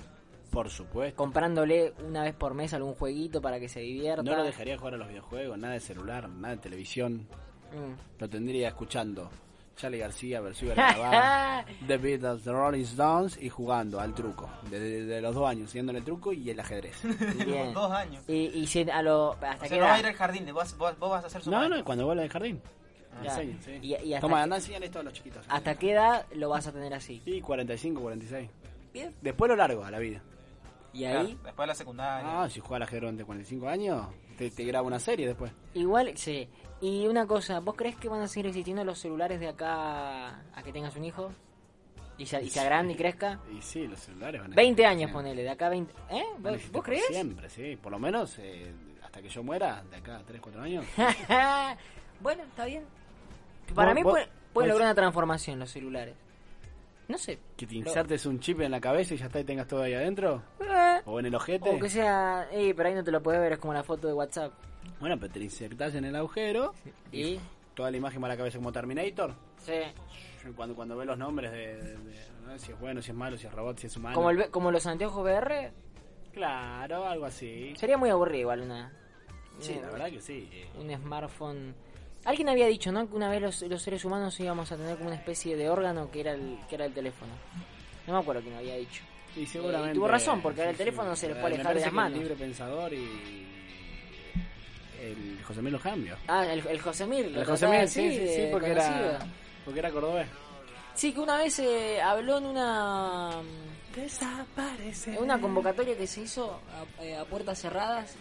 Speaker 1: Por supuesto.
Speaker 5: Comprándole una vez por mes algún jueguito para que se divierta.
Speaker 1: No lo dejaría jugar a los videojuegos, nada de celular, nada de televisión.
Speaker 5: Mm.
Speaker 1: Lo tendría escuchando. Charlie García, Versión Carnaval, The Beatles, The Rolling Stones y jugando al truco. Desde de los dos años, siguiéndole el truco y el ajedrez.
Speaker 5: Bien.
Speaker 6: Dos años.
Speaker 5: Y, y si a lo.
Speaker 6: O
Speaker 5: ¿Hasta
Speaker 6: sea,
Speaker 5: qué
Speaker 6: no va a ir
Speaker 5: edad?
Speaker 6: al jardín, vos, vos, vos vas a hacer su Ah.
Speaker 1: No,
Speaker 6: maestro.
Speaker 1: no, cuando vuelva del jardín.
Speaker 5: Ya.
Speaker 1: Enseña, sí.
Speaker 5: Y- y hasta
Speaker 1: Toma,
Speaker 5: que-
Speaker 1: andá, enseñale esto a los chiquitos.
Speaker 5: ¿Hasta qué edad lo vas a tener así?
Speaker 1: Y 45, 46.
Speaker 5: Bien.
Speaker 1: Después lo largo a la vida.
Speaker 5: Y
Speaker 6: Claro,
Speaker 5: ahí.
Speaker 6: Después de la secundaria.
Speaker 1: Ah, si juega al ajedrez durante 45 años, te, te graba una serie después.
Speaker 5: Igual, sí. Y una cosa, ¿vos crees que van a seguir existiendo los celulares de acá a que tengas un hijo? Y se, y se agrande y crezca.
Speaker 1: Y sí, los celulares van a
Speaker 5: 20 años,
Speaker 1: siempre.
Speaker 5: ponele, de acá a 20. ¿Eh?
Speaker 1: Van a
Speaker 5: ¿Vos,
Speaker 1: existir
Speaker 5: vos
Speaker 1: por
Speaker 5: crees?
Speaker 1: Siempre, sí. Por lo menos eh, hasta que yo muera, de acá a 3, 4 años.
Speaker 5: bueno, está bien. Para
Speaker 1: Vos-
Speaker 5: mí
Speaker 1: vos-
Speaker 5: pueden puede
Speaker 1: vos-
Speaker 5: lograr una transformación los celulares. No sé.
Speaker 1: Que te insertes un chip en la cabeza y ya está y tengas todo ahí adentro.
Speaker 5: Eh,
Speaker 1: O en el ojete.
Speaker 5: O que sea. Eh, pero ahí no te lo puedes ver, es como la foto de WhatsApp.
Speaker 1: Bueno, pero te lo insertás en el agujero.
Speaker 5: Y.
Speaker 1: Toda la imagen va a la cabeza como Terminator.
Speaker 5: Sí.
Speaker 1: Cuando, cuando ve los nombres de, de- de- ¿no? si es bueno, si es malo, si es robot, si es humano.
Speaker 5: Como, el ve- como los anteojos VR.
Speaker 1: Claro, algo así.
Speaker 5: Sería muy aburrido igual una.
Speaker 1: Sí, la
Speaker 5: una-
Speaker 1: verdad que sí. eh.
Speaker 5: un smartphone. Alguien había dicho, ¿no? Que una vez los, los seres humanos íbamos a tener como una especie de órgano que era el, que era el teléfono. No me acuerdo quién había dicho. Eh,
Speaker 1: Y seguramente.
Speaker 5: tuvo razón, porque ahora el teléfono se le
Speaker 1: Eh,
Speaker 5: puede
Speaker 1: me
Speaker 5: alejar de
Speaker 1: parece
Speaker 5: las
Speaker 1: que
Speaker 5: manos.
Speaker 1: El libre pensador y. El José Miguel Cambio.
Speaker 5: Ah, el, el José Mir. lo
Speaker 1: El José
Speaker 5: trataba
Speaker 1: Miguel,
Speaker 5: así,
Speaker 1: sí, sí, sí,
Speaker 5: de
Speaker 1: porque
Speaker 5: conocido.
Speaker 1: era. Porque era cordobés.
Speaker 5: Sí, que una vez eh, habló en una.
Speaker 1: Desaparece.
Speaker 5: en una convocatoria que se hizo a, eh, a puertas cerradas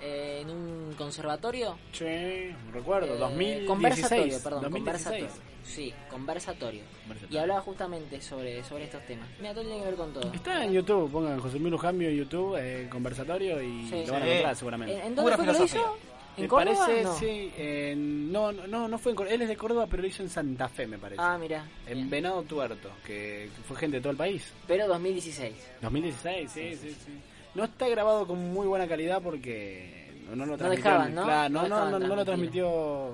Speaker 5: eh, en un conservatorio.
Speaker 1: Sí, recuerdo,
Speaker 5: Eh,
Speaker 1: 2016.
Speaker 5: Conversatorio, perdón,
Speaker 1: 2016.
Speaker 5: conversatorio. Sí, conversatorio.
Speaker 1: Conversatorio.
Speaker 5: Y hablaba justamente sobre, sobre estos temas. Mira, todo tiene que ver con todo.
Speaker 1: Está en YouTube, pongan José Miguel Cambio en YouTube, eh, conversatorio y
Speaker 5: Sí.
Speaker 1: lo van a
Speaker 6: Sí.
Speaker 1: encontrar seguramente.
Speaker 5: ¿En, en dónde
Speaker 6: Pura
Speaker 5: fue que lo hizo?
Speaker 6: filosofía.
Speaker 5: ¿En
Speaker 1: me
Speaker 5: Córdoba?
Speaker 1: parece,
Speaker 5: No.
Speaker 1: sí, en- no, no, no fue en Córdoba, él es de Córdoba, pero lo hizo en Santa Fe, me parece.
Speaker 5: Ah, mira.
Speaker 1: en
Speaker 5: bien.
Speaker 1: Venado Tuerto, que que fue gente de todo el país.
Speaker 5: Pero 2016.
Speaker 1: 2016, sí, sí, sí. No está grabado con muy buena calidad porque no, no lo transmitió.
Speaker 5: dejaban, ¿no?
Speaker 1: Claro,
Speaker 5: No
Speaker 1: no, no,
Speaker 5: dejaban
Speaker 1: no, no lo
Speaker 5: transmitir.
Speaker 1: transmitió.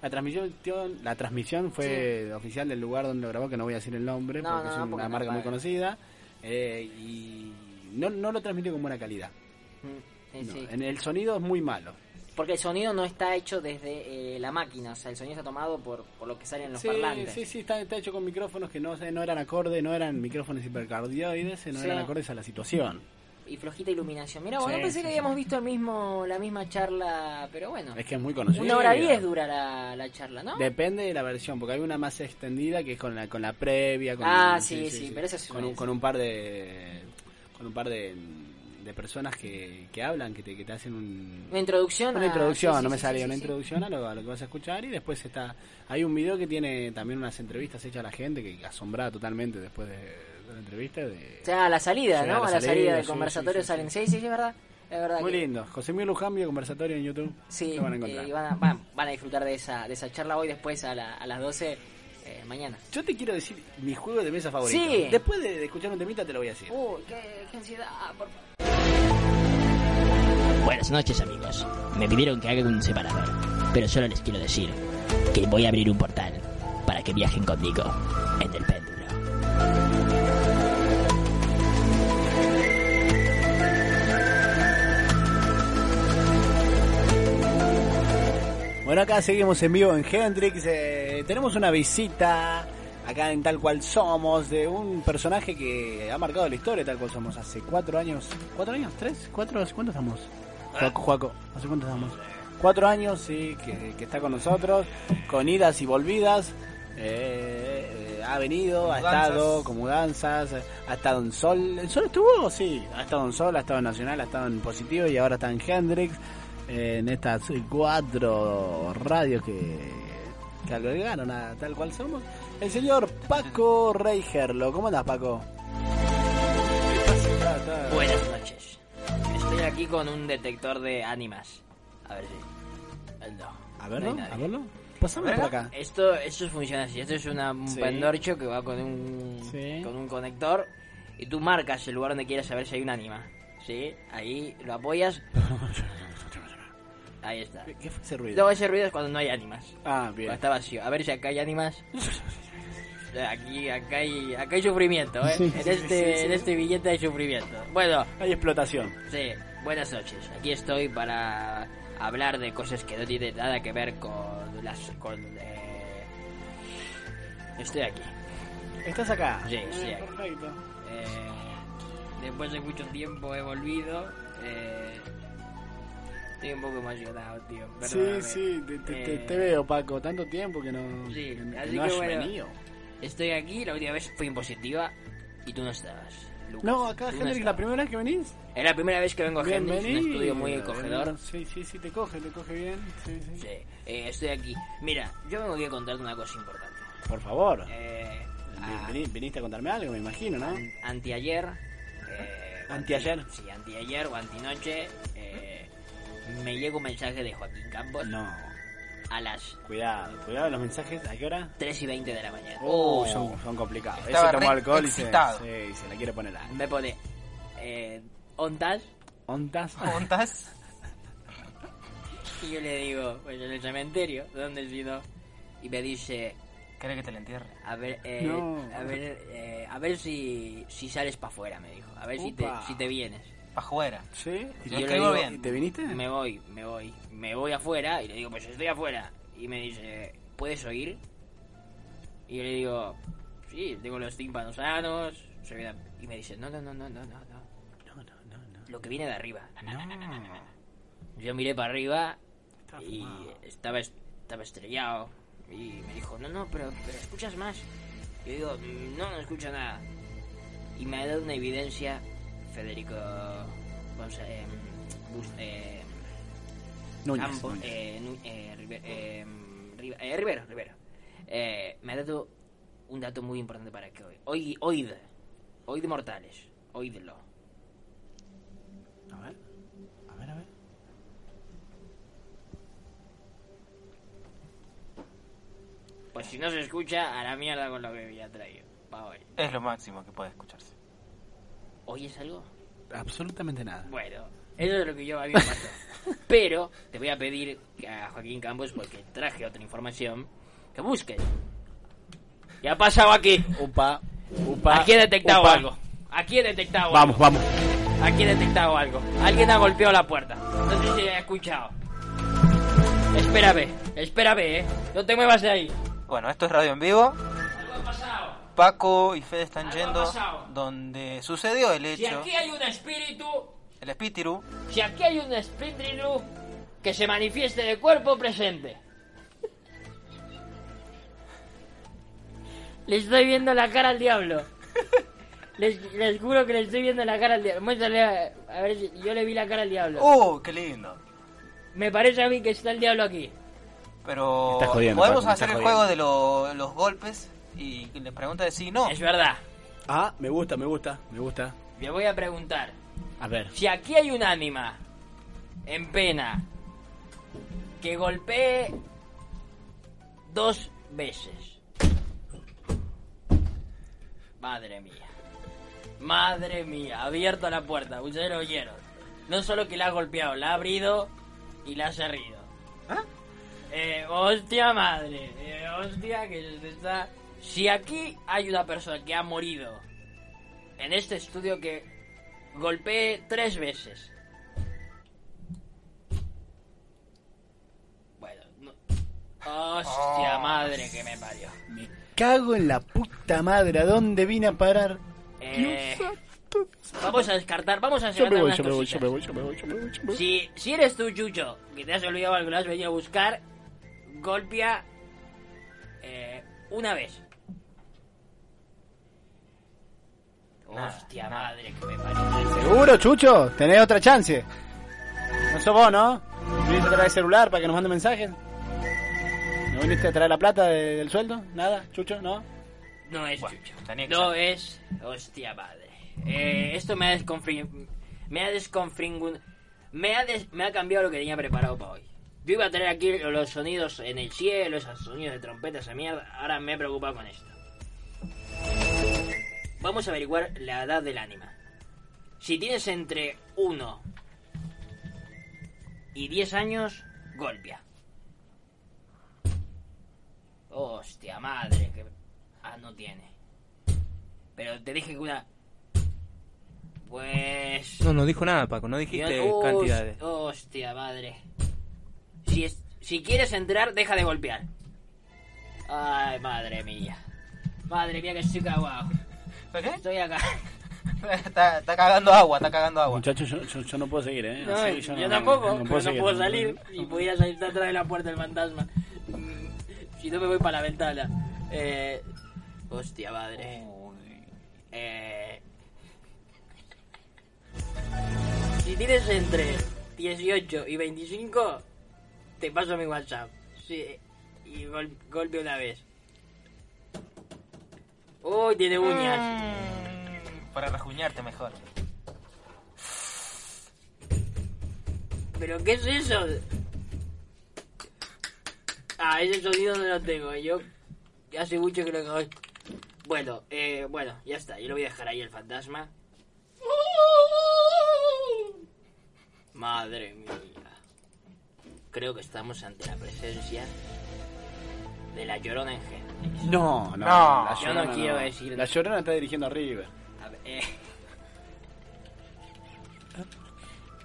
Speaker 1: La transmisión, la transmisión fue oficial del lugar donde lo grabó, que no voy a decir el nombre
Speaker 5: No,
Speaker 1: porque
Speaker 5: no,
Speaker 1: es
Speaker 5: no,
Speaker 1: una
Speaker 5: porque no
Speaker 1: marca muy
Speaker 5: paga.
Speaker 1: conocida. eh, y no, no lo transmitió con buena calidad.
Speaker 5: Mm, eh,
Speaker 1: No,
Speaker 5: sí.
Speaker 1: En el sonido es muy malo.
Speaker 5: Porque el sonido no está hecho desde eh, la máquina, o sea, el sonido está tomado por, por lo que salen los
Speaker 1: sí,
Speaker 5: parlantes.
Speaker 1: sí, sí, está, está hecho con micrófonos que no, no eran acorde, no eran micrófonos hipercardioides, no
Speaker 5: Sí.
Speaker 1: eran acordes a la situación.
Speaker 5: Y flojita iluminación. Mira, vos
Speaker 1: Sí,
Speaker 5: no pensé
Speaker 1: sí,
Speaker 5: que habíamos visto el mismo, la misma charla, pero bueno.
Speaker 1: Es que es muy conocido.
Speaker 5: Una hora diez dura la, la charla, ¿no?
Speaker 1: Depende Pues eh. de la versión, porque hay una más extendida que es con la, con la previa. Con,
Speaker 5: Ah, sí, sí, pero esa es
Speaker 1: con
Speaker 5: una
Speaker 1: un,
Speaker 5: de
Speaker 1: con un par de con un par de, de personas que, que hablan, que te, que te hacen un,
Speaker 5: Una introducción.
Speaker 1: una
Speaker 5: a-
Speaker 1: introducción,
Speaker 5: sí, sí,
Speaker 1: no me
Speaker 5: sí,
Speaker 1: salía,
Speaker 5: sí,
Speaker 1: una
Speaker 5: sí.
Speaker 1: introducción a lo, a lo que vas a escuchar y después está hay un video que tiene también unas entrevistas hechas a la gente que asombrada totalmente después de, de la entrevista. De,
Speaker 5: O sea, a la salida,
Speaker 1: Sí,
Speaker 5: ¿no? A la, salida, del
Speaker 1: sí,
Speaker 5: conversatorio
Speaker 1: sí, sí,
Speaker 5: salen.
Speaker 1: sí.
Speaker 5: Sí, sí, sí, es verdad. Es verdad
Speaker 1: Muy
Speaker 5: que-
Speaker 1: lindo. José Miguel Lujambio, conversatorio en YouTube.
Speaker 5: Sí,
Speaker 1: Lo van a encontrar.
Speaker 5: eh, van, a, van- van a disfrutar de esa, de esa charla hoy, después a, la- a las 12 eh, mañana.
Speaker 1: Yo te quiero decir mi juego de mesa favorito.
Speaker 5: Sí.
Speaker 1: Después de, de escuchar un temita te lo voy a decir.
Speaker 5: Uy, qué, qué ansiedad, por favor.
Speaker 11: Buenas noches amigos. Me pidieron que haga un separador, pero solo les quiero decir que voy a abrir un portal para que viajen conmigo en el péndulo.
Speaker 1: Bueno, acá seguimos en vivo en Hendrix. eh, tenemos una visita acá en Tal Cual Somos de un personaje que ha marcado la historia de Tal Cual Somos hace cuatro años. ¿Cuatro años? ¿Tres? ¿Cuatro? ¿Hace cuánto estamos? Juaco, Juaco, ¿hace cuánto estamos? Cuatro años, sí, que, que está con nosotros, con idas y volvidas. eh, eh, ha ha venido, ha
Speaker 6: Mudanzas.
Speaker 1: estado con mudanzas, ha estado en Sol. ¿En Sol estuvo? Sí, ha estado en Sol, ha estado en Nacional, ha estado en Positivo y ahora está en Hendrix, eh, en estas cuatro radios que, que albergaron a tal cual somos. El señor Paco Reigerlo. ¿Cómo andás, Paco?
Speaker 11: Buenas noches. Estoy aquí con un detector de ánimas. A ver si. No.
Speaker 1: A
Speaker 11: no
Speaker 1: verlo,
Speaker 11: hay nadie.
Speaker 1: a verlo. Pásame por acá.
Speaker 11: Esto, esto funciona así. Esto es una- un
Speaker 1: Sí.
Speaker 11: pendorcho que va con un,
Speaker 1: Sí.
Speaker 11: con un conector y tú marcas el lugar donde quieras saber si hay un ánima. ¿Sí? Ahí lo apoyas. Ahí está.
Speaker 1: ¿Qué fue ese ruido?
Speaker 11: Luego ese ruido es cuando no hay ánimas.
Speaker 1: Ah,
Speaker 11: Cuando
Speaker 1: bien.
Speaker 11: está vacío. A ver si acá hay ánimas. Aquí, acá hay, acá hay sufrimiento, ¿eh?
Speaker 1: Sí,
Speaker 11: en,
Speaker 1: sí,
Speaker 11: este,
Speaker 1: sí, sí.
Speaker 11: en este billete hay sufrimiento. Bueno,
Speaker 1: Hay explotación.
Speaker 11: Sí, buenas noches. Aquí estoy para hablar de cosas que no tienen nada que ver con las. con. eh, Estoy aquí.
Speaker 1: ¿Estás acá?
Speaker 11: Sí, sí,
Speaker 1: Eh,
Speaker 11: aquí.
Speaker 1: Perfecto.
Speaker 11: Eh, después de mucho tiempo he volvido. eh, estoy un poco emocionado, tío.
Speaker 1: Sí,
Speaker 11: perdóname.
Speaker 1: sí, te, te- te-
Speaker 11: Eh,
Speaker 1: te veo, Paco. Tanto tiempo que no,
Speaker 11: Sí,
Speaker 1: que no- que
Speaker 11: así
Speaker 1: no
Speaker 11: que
Speaker 1: has
Speaker 11: bueno.
Speaker 1: venido.
Speaker 11: Estoy aquí, la última vez fue impositiva y tú no estabas. Lucas.
Speaker 1: No, acá,
Speaker 11: Tú
Speaker 1: Hendrik, la
Speaker 11: estabas.
Speaker 1: primera vez que venís.
Speaker 11: Es la primera vez que vengo a Hendrix,
Speaker 1: Bienvenido.
Speaker 11: un estudio muy acogedor.
Speaker 1: Sí, sí, sí, te coge, te coge bien. Sí, sí.
Speaker 11: Sí, eh, estoy aquí. Mira, yo vengo aquí a contarte una cosa importante.
Speaker 1: Por favor,
Speaker 11: Eh, a-
Speaker 1: vin- viniste a contarme algo, me imagino, ¿no?
Speaker 11: an- anteayer. eh,
Speaker 1: Anteayer.
Speaker 11: anti- sí, anteayer o antinoche. eh, me llega un mensaje de Joaquín Campos
Speaker 1: No,
Speaker 11: a las
Speaker 1: cuidado, cuidado los mensajes. ¿A qué hora?
Speaker 11: 3 y 20 de la mañana.
Speaker 1: Oh, son, son complicados. Ese
Speaker 6: Estaba
Speaker 1: tomó
Speaker 6: re
Speaker 1: alcohol y se,
Speaker 6: excitado.
Speaker 1: sí, y se la quiere poner a.
Speaker 11: Me pone. Eh, ¿Ontas?
Speaker 1: ¿Ontas?
Speaker 6: ¿Contas?
Speaker 11: Y yo le digo, pues en el cementerio, ¿dónde si no? Y me dice,
Speaker 6: ¿Querés que te la entierre?
Speaker 11: a ver, eh,
Speaker 1: No.
Speaker 11: a ver, eh, a ver si, si sales para afuera, me dijo. A ver si te,
Speaker 1: Upa.
Speaker 11: si te vienes.
Speaker 6: Pa' fuera.
Speaker 1: Sí. ¿Y
Speaker 6: Yo
Speaker 1: te-
Speaker 11: le
Speaker 6: caigo
Speaker 11: digo,
Speaker 1: ¿y
Speaker 6: bien.
Speaker 1: te viniste?
Speaker 11: Me voy, me voy, me voy afuera y le digo, pues estoy afuera. Y me dice, ¿puedes oír? Y yo le digo, sí, tengo los tímpanos sanos. soy una-". Y me dice, no, no, no, no, no, no, no.
Speaker 1: No, no, no, no.
Speaker 11: Lo que viene de arriba.
Speaker 1: No.
Speaker 11: Yo miré para arriba
Speaker 1: Está
Speaker 11: y
Speaker 1: fumado.
Speaker 11: estaba, est- estaba estrellado. Y me dijo, no, no, pero, pero escuchas más. Yo digo, "Mm, no, no escucho nada. Y me ha dado una evidencia, Federico Gonza- em, Bus- em,
Speaker 1: Núñez,
Speaker 11: Campos,
Speaker 1: Núñez.
Speaker 11: eh, Nu- eh, River- em, Riva- eh, Rivero, Rivero. Eh, me ha dado un dato muy importante para que hoy. Hoy, oíd, oíd mortales, oídlo.
Speaker 1: A ver, a ver, a ver.
Speaker 11: Pues si no se escucha, a la mierda con lo que me ha traído. Pa' hoy.
Speaker 6: Es lo máximo que puede escucharse.
Speaker 11: ¿Oyes algo?
Speaker 1: Absolutamente nada.
Speaker 11: Bueno, eso es lo que yo había pasado. Pero te voy a pedir a Joaquín Campos, porque traje otra información, que busques. ¿Qué ha pasado aquí?
Speaker 1: Upa, upa.
Speaker 11: Aquí he detectado
Speaker 1: upa.
Speaker 11: algo. Aquí he detectado
Speaker 1: Vamos,
Speaker 11: algo.
Speaker 1: vamos.
Speaker 11: Aquí he detectado algo. Alguien ha golpeado la puerta. No sé si he escuchado. Espérame, espérame, eh. No te muevas de ahí.
Speaker 6: Bueno, esto es radio en vivo.
Speaker 11: Algo ha pasado.
Speaker 6: Paco y Fede están
Speaker 11: Algo ha
Speaker 6: yendo
Speaker 11: pasado.
Speaker 6: donde sucedió el
Speaker 11: Si
Speaker 6: hecho.
Speaker 11: aquí hay un espíritu,
Speaker 6: El espíritu.
Speaker 11: Si aquí hay un espíritu que se manifieste de cuerpo presente. Le estoy viendo la cara al diablo. Les, les juro que le estoy viendo la cara al diablo. Muéstrale a, a ver si yo le vi la cara al diablo.
Speaker 6: ¡Uh, qué lindo!
Speaker 11: Me parece a mí que está el diablo aquí.
Speaker 6: Pero
Speaker 1: Está jodiendo,
Speaker 6: podemos
Speaker 1: Paco, me
Speaker 6: hacer
Speaker 1: está
Speaker 6: el
Speaker 1: jodiendo.
Speaker 6: juego de lo- los golpes y les pregunta de sí y no.
Speaker 11: Es verdad.
Speaker 1: Ah, me gusta, me gusta, me gusta.
Speaker 11: Le voy a preguntar.
Speaker 1: A ver.
Speaker 11: Si aquí hay un ánima en pena que golpee dos veces. Madre mía. Madre mía. Ha Abierto la puerta. Ustedes lo oyeron. No solo que la ha golpeado, la ha abrido y la ha cerrido. Eh, hostia madre. Eh, hostia que se te está... Si aquí hay una persona que ha morido en este estudio que golpeé tres veces. Bueno, no. Hostia madre que me parió.
Speaker 10: Me cago en la puta madre, ¿a dónde vine a parar?
Speaker 11: Eh, vamos a descartar, vamos a
Speaker 10: Yo me
Speaker 11: descartar
Speaker 10: voy,
Speaker 11: unas
Speaker 10: yo me voy, yo me voy, yo
Speaker 11: cositas.
Speaker 10: me voy, yo me voy, yo me voy.
Speaker 11: Si, si eres tú, Chucho, que te has olvidado algo, lo has venido a buscar, golpea eh, una vez. Hostia madre que me parió.
Speaker 1: ¿Seguro, Chucho? ¿Tenés otra chance? No sos vos, ¿no? ¿Viniste a traer el celular para que nos mande mensajes? ¿No viniste a traer la plata de- del sueldo? ¿Nada, Chucho? ¿No?
Speaker 11: No es Chucho.
Speaker 6: tenía que
Speaker 11: No
Speaker 6: ser.
Speaker 11: es. Hostia madre. Eh, esto me ha desconfri... Me ha desconfringun... Me ha, des- me ha cambiado lo que tenía preparado para hoy. Yo iba a tener aquí los sonidos en el cielo, esos sonidos de trompeta, esa mierda. Ahora me he preocupado con esto. Vamos a averiguar la edad del ánima. Si tienes entre 1 y 10 años, golpea. Hostia madre, que... Ah, no tiene. Pero te dije que una... Pues...
Speaker 6: No, no dijo nada, Paco. No dijiste
Speaker 11: Yo- Hos-
Speaker 6: cantidades.
Speaker 11: Hostia, madre. Si, es- si quieres entrar, deja de golpear. Ay, madre mía. Madre mía, que estoy cagado.
Speaker 6: ¿Qué?
Speaker 11: Estoy acá.
Speaker 6: está, está cagando agua, está cagando agua.
Speaker 1: Muchachos, yo, yo- yo no puedo seguir, ¿eh?
Speaker 11: No,
Speaker 1: Así
Speaker 11: yo tampoco, pero no puedo,
Speaker 1: seguir.
Speaker 11: salir. Y pudiera salir atrás de la puerta del fantasma. Mm, Si no, me voy para la ventana. Eh, hostia, madre. Eh, si tienes entre 18 y 25, te paso mi WhatsApp. Sí, y gol- golpe una vez. Uy, tiene uñas.
Speaker 6: Mm, Para rajuñarte mejor.
Speaker 11: ¿Pero qué es eso? Ah, ese sonido no lo tengo. Yo hace mucho que lo hago. Bueno, eh, bueno, ya está. Yo lo voy a dejar ahí el fantasma.
Speaker 4: Ah,
Speaker 11: Madre mía. Creo que estamos ante la presencia de la llorona en Géminis.
Speaker 1: No, no.
Speaker 6: No,
Speaker 1: la
Speaker 11: yo
Speaker 1: Llorona
Speaker 11: no quiero decir-
Speaker 1: La llorona está dirigiendo a River.
Speaker 11: A ver, eh.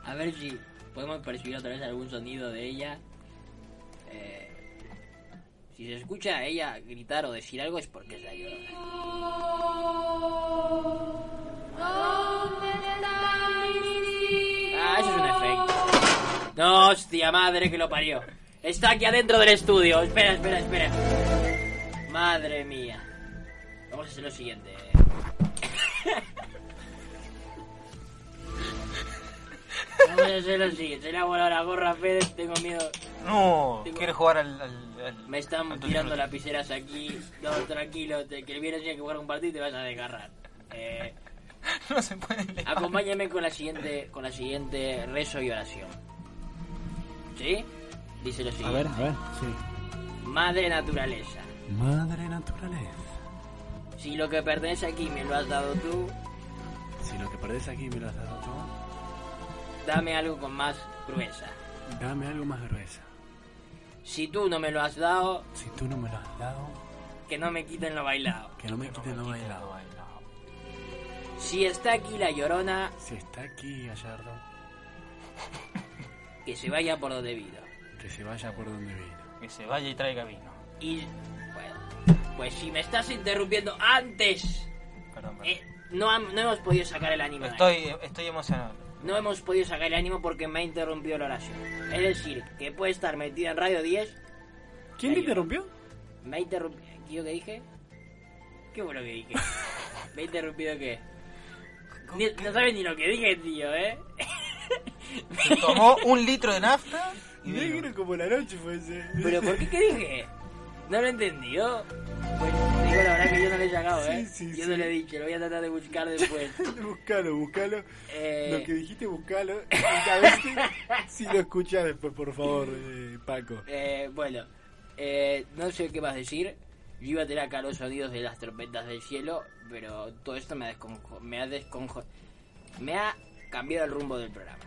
Speaker 11: A ver si podemos percibir otra vez algún sonido de ella. Eh, si se escucha a ella gritar o decir algo es porque es la llorona. Ah, eso es
Speaker 4: um
Speaker 11: un efecto. No, hostia madre que lo parió. Está aquí adentro del estudio. Espera, espera, espera. Madre mía. Vamos a hacer lo siguiente. Vamos a hacer lo siguiente. Se le ha volado la gorra a Fede, tengo miedo.
Speaker 6: No, quiere jugar al. al- al-
Speaker 11: Me
Speaker 6: al
Speaker 11: están
Speaker 6: tutti
Speaker 11: tirando
Speaker 6: frutti.
Speaker 11: lapiceras aquí. No, tranquilo, te- que el viernes hay que jugar un partido y te vas a desgarrar. Eh,
Speaker 6: No se puede leer.
Speaker 11: acompáñame con la siguiente con la siguiente rezo y oración. ¿Sí? Dice lo siguiente.
Speaker 1: ver, sí.
Speaker 11: Madre naturaleza,
Speaker 1: Madre naturaleza.
Speaker 11: si lo que pertenece aquí me lo has dado tú,
Speaker 1: Si lo que perdés aquí me lo has dado tú,
Speaker 11: dame algo con más gruesa.
Speaker 1: dame algo más gruesa.
Speaker 11: Si tú no me lo has dado,
Speaker 1: Si tú no me lo has dado,
Speaker 11: que no me quiten lo bailado.
Speaker 1: que no me quiten lo bailado.
Speaker 11: Si está aquí la llorona,
Speaker 1: Si está aquí Gallardo,
Speaker 11: que se vaya por donde vino.
Speaker 1: que se vaya por donde vino.
Speaker 6: Que se vaya y traiga vino.
Speaker 11: Y bueno, pues si me estás interrumpiendo antes,
Speaker 6: Perdón, perdón.
Speaker 11: eh, no, ham- no hemos podido sacar el ánimo. de ahí.
Speaker 6: Estoy, eh, estoy emocionado.
Speaker 11: No hemos podido sacar el ánimo porque me ha interrumpido la oración. Es decir, que puede estar metida en Radio 10.
Speaker 1: ¿Quién te interrumpió?
Speaker 11: Me ha interrumpido. ¿Yo qué dije? ¿Qué fue lo que dije? ¿Me ha interrumpido qué? Ni- no sabes ni lo que dije, tío, ¿eh?
Speaker 6: Se tomó un litro de nafta y vino.
Speaker 1: como la noche fue ese.
Speaker 11: ¿Pero por qué qué dije? ¿No lo entendió? Pues digo la verdad que yo no le he sacado, ¿eh?
Speaker 1: Sí, sí,
Speaker 11: yo
Speaker 1: sí.
Speaker 11: no le he dicho, lo voy a tratar de buscar después.
Speaker 1: Buscalo, buscalo.
Speaker 11: Eh,
Speaker 1: Lo que dijiste, buscalo. Y a ver si- si lo escuchas después, por favor, eh, Paco.
Speaker 11: Eh, bueno, eh, no sé qué más decir. Yo iba a tener acá los sonidos de las trompetas del cielo, pero todo esto me ha desconjo... Me ha desconjo... Me ha cambiado el rumbo del programa.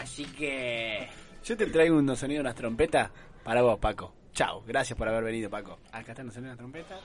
Speaker 11: Así que...
Speaker 1: Yo te traigo unos sonidos, unas trompetas para vos, Paco. Chao, gracias por haber venido, Paco. Acá están los sonidos de las trompetas.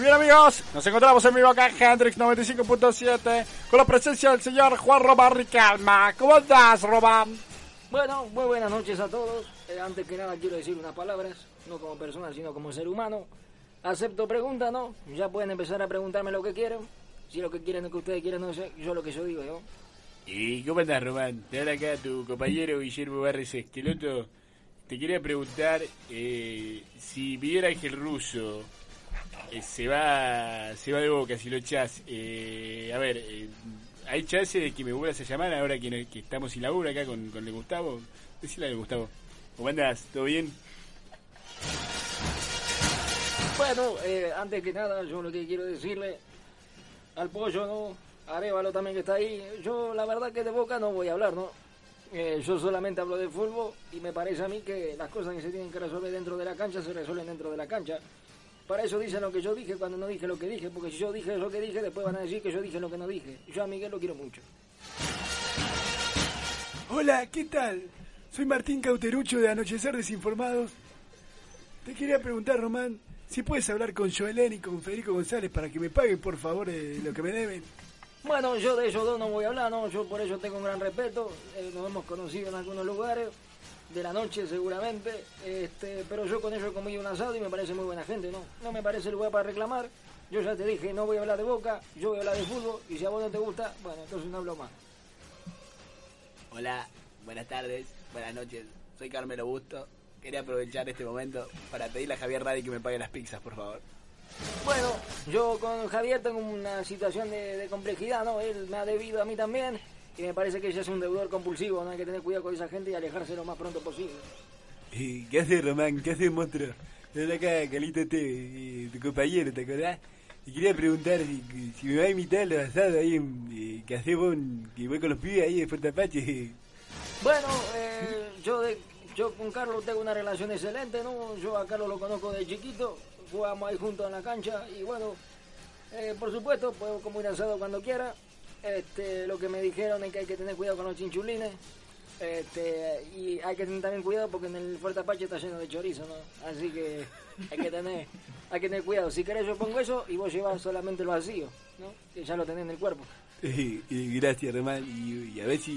Speaker 10: bien amigos, nos encontramos en vivo acá en Hendrix 95.7 con la presencia del señor Juan Román Ricalma. ¿Cómo estás, Román?
Speaker 12: Bueno, muy buenas noches a todos. Eh, antes que nada quiero decir unas palabras, no como persona, sino como ser humano. Acepto preguntas, ¿no? Ya pueden empezar a preguntarme lo que quieran. Si lo que quieren es que ustedes quieran, no sé, yo lo que yo digo, ¿no?
Speaker 10: ¿Y cómo estás, Román? Te habla acá tu compañero Guillermo Barres Esqueloto. Te quería preguntar eh, si Miguel Ángel Russo eh, se va se va de boca, si lo echás. eh, a ver, eh, ¿hay chance de que me vuelvas a llamar ahora que, no- que estamos sin laburo acá con, con el Gustavo? Decíle al Gustavo. ¿Cómo andás? ¿Todo bien?
Speaker 12: Bueno, eh, antes que nada, yo lo que quiero decirle al pollo, ¿no? Arevalo también que está ahí. Yo, la verdad, que de boca no voy a hablar, ¿no? Eh, yo solamente hablo de fútbol y me parece a mí que las cosas que se tienen que resolver dentro de la cancha se resuelven dentro de la cancha. Para eso dicen lo que yo dije cuando no dije lo que dije, porque si yo dije lo que dije, después van a decir que yo dije lo que no dije. Yo a Miguel lo quiero mucho.
Speaker 13: Hola, ¿qué tal? Soy Martín Cauterucho de Anochecer Desinformados. Te quería preguntar, Román, si puedes hablar con Joelén y con Federico González para que me paguen, por favor, eh, lo que me deben.
Speaker 12: Bueno, yo de ellos dos no voy a hablar, ¿no? Yo por ellos tengo un gran respeto. eh, nos hemos conocido en algunos lugares, de la noche seguramente. este, pero yo con ellos comí un asado y me parece muy buena gente, ¿no? No me parece lugar para reclamar. Yo ya te dije, no voy a hablar de boca, yo voy a hablar de fútbol. Y si a vos no te gusta, bueno, entonces no hablo más.
Speaker 14: Hola, buenas tardes, buenas noches. Soy Carmelo Busto. Quería aprovechar este momento para pedirle a Javier Radi que me pague las pizzas, por favor.
Speaker 12: Bueno, yo con Javier tengo una situación de, de complejidad, ¿no? Él me ha debido a mí también. Y me parece que ella es un deudor compulsivo, ¿no? Hay que tener cuidado con esa gente y alejarse lo más pronto posible.
Speaker 13: Eh, ¿Qué haces, Román? ¿Qué haces, monstruo? Hola acá, Calito T, eh, tu compañero, ¿te acordás? Y quería preguntar si, si me va a invitar a los asados ahí en, eh, que hacemos, en- que voy con los pibes ahí de Fuerte Apache.
Speaker 12: Bueno, eh, yo, de, yo con Carlos tengo una relación excelente, ¿no? Yo a Carlos lo conozco de chiquito, jugamos ahí juntos en la cancha y bueno, eh, por supuesto, puedo comer asado cuando quiera. Este, lo que me dijeron es que hay que tener cuidado con los chinchulines. Este, y hay que tener también cuidado porque en el Fuerte Apache está lleno de chorizo, ¿no? Así que hay que tener, hay que tener cuidado. Si querés yo pongo eso y vos llevas solamente lo vacío, ¿no? Que ya lo tenés en el cuerpo.
Speaker 13: Eh, eh, gracias, Román. Y, y a ver si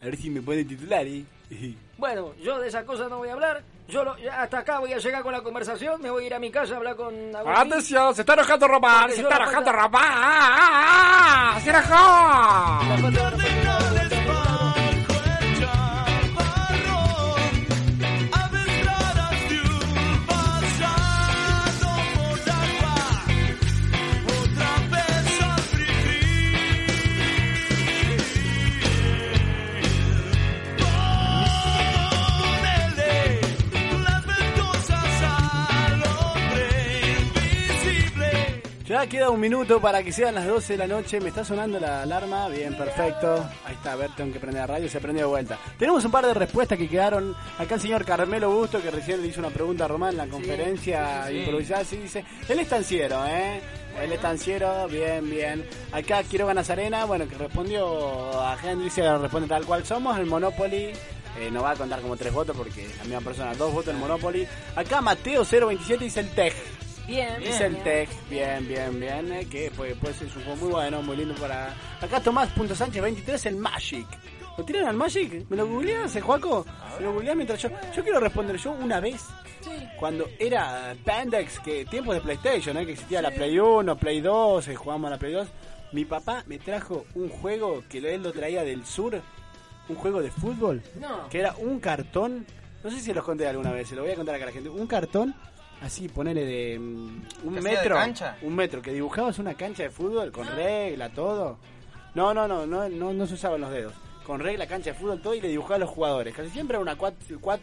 Speaker 13: a ver si me pone titular, ¿eh? Eh,
Speaker 12: Bueno, yo de esas cosas no voy a hablar. Yo lo- ya hasta acá voy a llegar con la conversación. Me voy a ir a mi casa a hablar con Agustín.
Speaker 10: ¡Atención! ¡Se está enojando Román!
Speaker 12: Porque
Speaker 10: ¡Se
Speaker 12: yo
Speaker 10: está
Speaker 12: la
Speaker 10: enojando
Speaker 12: cuento-
Speaker 10: Román! ¡Se enojó!
Speaker 1: Ya queda un minuto para que sean las 12 de la noche. Me está sonando la alarma. Bien, perfecto. Ahí está, a ver, tengo que prender la radio. Se prende de vuelta. Tenemos un par de respuestas que quedaron. Acá el señor Carmelo Busto, que recién le hizo una pregunta a Román en la conferencia
Speaker 10: sí, sí.
Speaker 1: improvisada. Sí, dice: El estanciero, ¿eh? El estanciero, bien, bien. Acá Quiroga Nazarena, bueno, que respondió a Henry, se responde tal cual somos. El Monopoly. eh, no va a contar como tres votos porque es la misma persona, dos votos el Monopoly. Acá Mateo 027 dice el TEG.
Speaker 12: Bien,
Speaker 1: Es el Tech, bien, bien, bien, eh, que pues, pues es un juego muy bueno, muy lindo para... Acá Tomás.Sánchez23, el Magic. ¿Lo tiran al Magic? ¿Me lo googleás, eh, Juaco? ¿Me lo googleás mientras yo...? Yo quiero responder, yo una vez, cuando era Pandex, que tiempos de PlayStation, eh, que existía la Play 1, Play 2, eh, jugábamos a la Play 2, mi papá me trajo un juego que él lo traía del sur, un juego de fútbol,
Speaker 12: No.
Speaker 1: que era un cartón, no sé si los conté alguna vez, se lo voy a contar acá a la gente, un cartón así, ponele de mm, un
Speaker 6: ¿Que hacía de
Speaker 1: metro,
Speaker 6: cancha?
Speaker 1: un metro, que dibujabas una cancha de fútbol con regla, todo. No, no, no, no, no, no se usaban los dedos. Con regla, cancha de fútbol, todo y le dibujaba a los jugadores. Casi siempre era una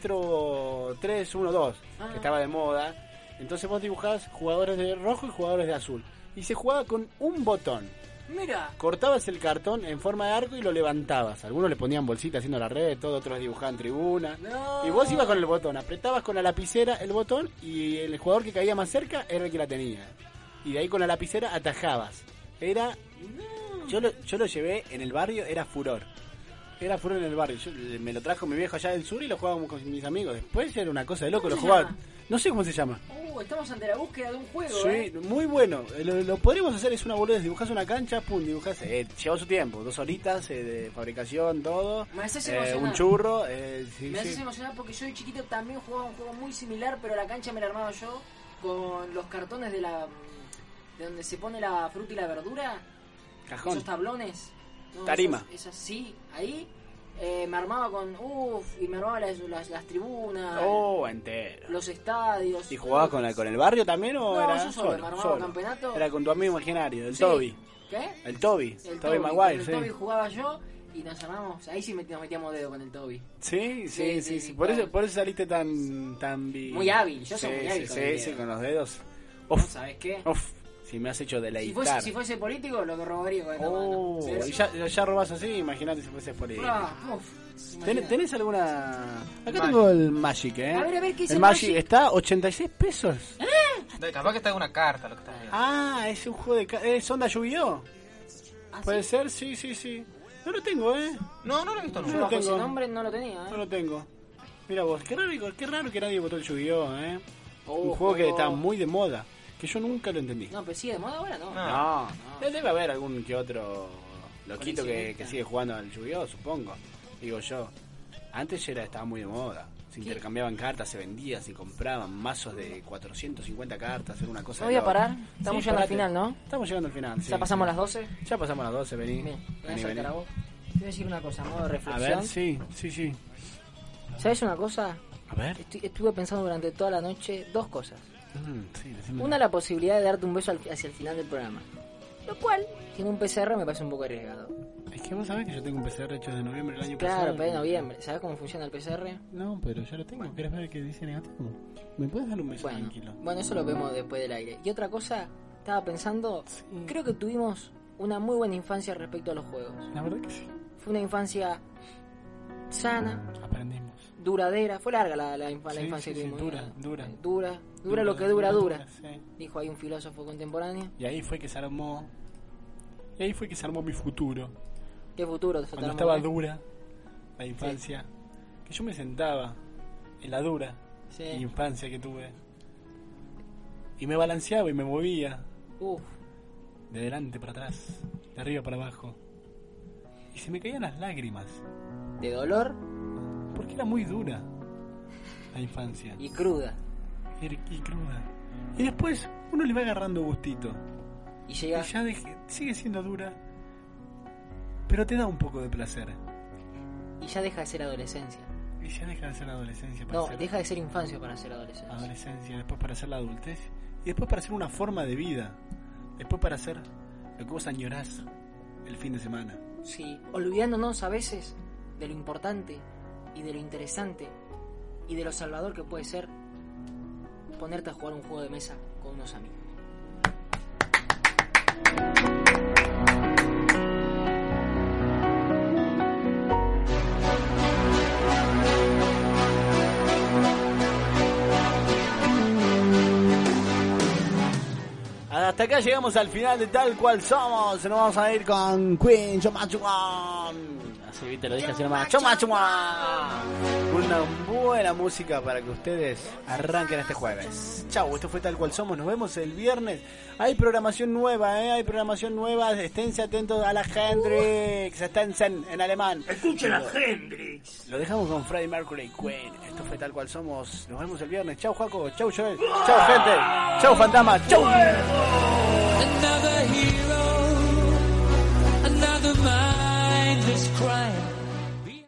Speaker 1: 4, 3, 1, 2, que estaba de moda. Entonces vos dibujabas jugadores de rojo y jugadores de azul. Y se jugaba con un botón.
Speaker 12: Mira.
Speaker 1: Cortabas el cartón en forma de arco y lo levantabas. Algunos le ponían bolsita haciendo la red, todo, otros dibujaban tribuna. Y vos ibas con el botón, apretabas con la lapicera el botón y el jugador que caía más cerca era el que la tenía. Y de ahí con la lapicera atajabas. Era. Yo, lo, yo lo llevé en el barrio, era furor. Era furor en el barrio. Yo- eh, me lo trajo mi viejo allá del sur y lo jugábamos con mis amigos. Después era una cosa de loco, lo
Speaker 12: ¿Cómo se
Speaker 1: jugaba.
Speaker 12: llama?
Speaker 1: No sé cómo se llama.
Speaker 12: Uh,
Speaker 5: loco, estamos ante la búsqueda de un juego.
Speaker 1: Sí,
Speaker 5: ¿eh?
Speaker 1: muy bueno. Eh, Lo, lo podríamos hacer, es una boludez. Dibujás una cancha, pum, dibujás. Eh, lleva su tiempo, dos horitas eh, de fabricación, todo.
Speaker 5: Me haces
Speaker 1: Eh,
Speaker 5: emocionar.
Speaker 1: un churro. eh, sí,
Speaker 5: me haces
Speaker 1: sí.
Speaker 5: emocionar porque yo de chiquito también jugaba un juego muy similar, pero la cancha me la armaba yo con los cartones de la. de donde se pone la fruta y la verdura.
Speaker 1: Cajón.
Speaker 5: Esos tablones. No,
Speaker 1: Tarima.
Speaker 5: Esas, esas sí, ahí. eh, me armaba con. Uff, y me armaba las, las, las tribunas,
Speaker 1: Oh, entero.
Speaker 5: los estadios.
Speaker 1: ¿Y jugabas con, la- con el barrio también o
Speaker 5: No,
Speaker 1: era
Speaker 5: yo solo, me armaba campeonato.
Speaker 1: Era con tu amigo imaginario, el
Speaker 5: Sí.
Speaker 1: Toby.
Speaker 5: ¿Qué?
Speaker 1: El Toby,
Speaker 5: El
Speaker 1: Toby
Speaker 5: Toby,
Speaker 1: Maguire,
Speaker 5: con el
Speaker 1: sí.
Speaker 5: Toby jugaba yo y nos armamos. Ahí sí meti- nos metíamos dedo con el Toby.
Speaker 1: Sí, sí, sí,
Speaker 5: Sí,
Speaker 1: sí,
Speaker 5: sí,
Speaker 1: Por
Speaker 5: claro.
Speaker 1: eso, por eso saliste tan, tan bi-
Speaker 5: Muy hábil, yo soy
Speaker 1: Sí,
Speaker 5: muy hábil
Speaker 1: Sí,
Speaker 5: con
Speaker 1: sí,
Speaker 5: el dedo.
Speaker 1: sí, con los dedos.
Speaker 5: ¿No
Speaker 1: Uf,
Speaker 5: ¿Sabes qué?
Speaker 1: uf, si me has hecho
Speaker 5: Si fuese,
Speaker 1: deleitar.
Speaker 5: si fuese político, lo corroboraría con esta
Speaker 1: Oh,
Speaker 5: mano.
Speaker 1: y ya, ya robas así, imagínate si fuese por ahí.
Speaker 5: Ah, uf,
Speaker 1: ¿Ten-
Speaker 5: imagínate.
Speaker 1: ¿Tenés alguna...? Acá tengo el Magic, ¿eh?
Speaker 5: Ah, A ver, a ver, ¿qué es
Speaker 1: el
Speaker 5: el
Speaker 1: Magic?
Speaker 5: Magic? ¿Eh?
Speaker 1: está 86 pesos.
Speaker 6: Da- Capaz que está una carta lo que está viendo.
Speaker 1: Ah, es un juego de... ca- ¿Es onda Yu-Gi-Oh?
Speaker 5: ¿Ah,
Speaker 1: ¿Puede ser? Sí, sí, sí. No lo tengo, ¿eh?
Speaker 6: No, no lo he visto
Speaker 1: No lo
Speaker 5: Bajo ese
Speaker 1: tengo.
Speaker 5: nombre no lo tenía,
Speaker 1: No
Speaker 5: ¿eh?
Speaker 1: lo tengo. Mira vos, qué raro, qué raro que nadie votó el Yu-Gi-Oh, ¿eh?
Speaker 5: Oh,
Speaker 1: un juego que
Speaker 5: juego.
Speaker 1: está muy de moda, que yo nunca lo entendí.
Speaker 5: No, pero sigue de moda ahora, no.
Speaker 1: No, Eh, debe haber algún que otro loquito que, que
Speaker 5: Coleccionista.
Speaker 1: sigue jugando al Yu-Gi-Oh, supongo. Digo yo. Antes era estaba muy de moda. Se intercambiaban cartas, se vendían, se compraban mazos de 450 cartas, era una cosa.
Speaker 5: No voy a
Speaker 1: de loco.
Speaker 5: parar. Estamos llegando al
Speaker 1: parate.
Speaker 5: final, ¿no?
Speaker 1: Estamos llegando al final.
Speaker 5: ¿Ya pasamos las 12?
Speaker 1: Ya pasamos las 12, vení.
Speaker 5: Bien, me voy a
Speaker 1: Vení,
Speaker 5: saltar
Speaker 1: vení.
Speaker 5: a vos. Te voy a decir una cosa, a modo de
Speaker 1: A
Speaker 5: reflexión.
Speaker 1: ver, sí, sí, sí.
Speaker 5: ¿Sabes una cosa?
Speaker 1: A ver.
Speaker 5: Estu- estuve pensando durante toda la noche dos cosas.
Speaker 1: Mm, sí, decime.
Speaker 5: Una, la posibilidad de darte un beso al- hacia el final del programa. Lo cual, sin un PCR, me parece un poco arriesgado.
Speaker 1: Es que vos sabés que yo tengo un PCR hecho de noviembre del año
Speaker 5: Claro,
Speaker 1: pasado.
Speaker 5: pero en noviembre. ¿Sabes cómo funciona el PCR?
Speaker 1: No, pero ya lo tengo. ¿Querés ver qué dice negativo? ¿Me puedes dar un beso
Speaker 5: Bueno.
Speaker 1: tranquilo?
Speaker 5: Bueno, eso lo vemos después del aire. Y otra cosa, estaba pensando, creo que tuvimos una muy buena infancia respecto a los juegos.
Speaker 1: La verdad que sí. Mm,
Speaker 5: Fue una infancia sana,
Speaker 1: Aprendimos.
Speaker 5: duradera, fue larga la, la infa- la
Speaker 1: Sí,
Speaker 5: infancia
Speaker 1: sí,
Speaker 5: que
Speaker 1: sí,
Speaker 5: tuvimos.
Speaker 1: dura,
Speaker 5: ¿no?
Speaker 1: dura.
Speaker 5: Dura, dura, lo que dura, dura.
Speaker 1: sí.
Speaker 5: Dijo ahí un filósofo contemporáneo.
Speaker 1: Y ahí fue que se armó. Y ahí fue que se armó mi futuro.
Speaker 5: ¿Qué futuro?
Speaker 1: Cuando estaba dura la infancia. Que yo me sentaba en la dura
Speaker 5: Sí.
Speaker 1: infancia que tuve. Y me balanceaba y me movía
Speaker 5: Uf,
Speaker 1: de delante para atrás, de arriba para abajo. Y se me caían las lágrimas.
Speaker 5: de dolor
Speaker 1: Porque era muy dura la infancia.
Speaker 5: y cruda.
Speaker 1: Y, y cruda. Y después uno le va agarrando gustito.
Speaker 5: Y llega...
Speaker 1: Y ya deje- sigue siendo dura, pero te da un poco de placer.
Speaker 5: Y ya deja de ser adolescencia.
Speaker 1: Y ya deja de ser adolescencia para
Speaker 5: No,
Speaker 1: ser
Speaker 5: deja de ser infancia para ser adolescencia.
Speaker 1: adolescencia, después para ser la adultez, y después para ser una forma de vida, después para ser lo que vos añorás el fin de semana.
Speaker 5: Sí, olvidándonos a veces de lo importante y de lo interesante y de lo salvador que puede ser ponerte a jugar un juego de mesa con unos amigos.
Speaker 1: Hasta acá llegamos al final de Tal Cual Somos. Nos vamos a ir con Queen Chomachuan. Así viste, lo dije así nomás. Chomachuan. Una buena música para que ustedes arranquen este jueves. Chau, esto fue Tal Cual Somos. Nos vemos el viernes. Hay programación nueva, ¿eh? Hay programación nueva. Esténse atentos a la Hendrix. Esténse en, en alemán. Escuchen a Hendrix. Lo dejamos con Freddie Mercury y Queen. Esto fue Tal Cual Somos. Nos vemos el viernes. Chau, Juaco. Chau, Joel. Chau, gente. Chau, Fantasma. Chau.
Speaker 9: Another hero, another mindless crime.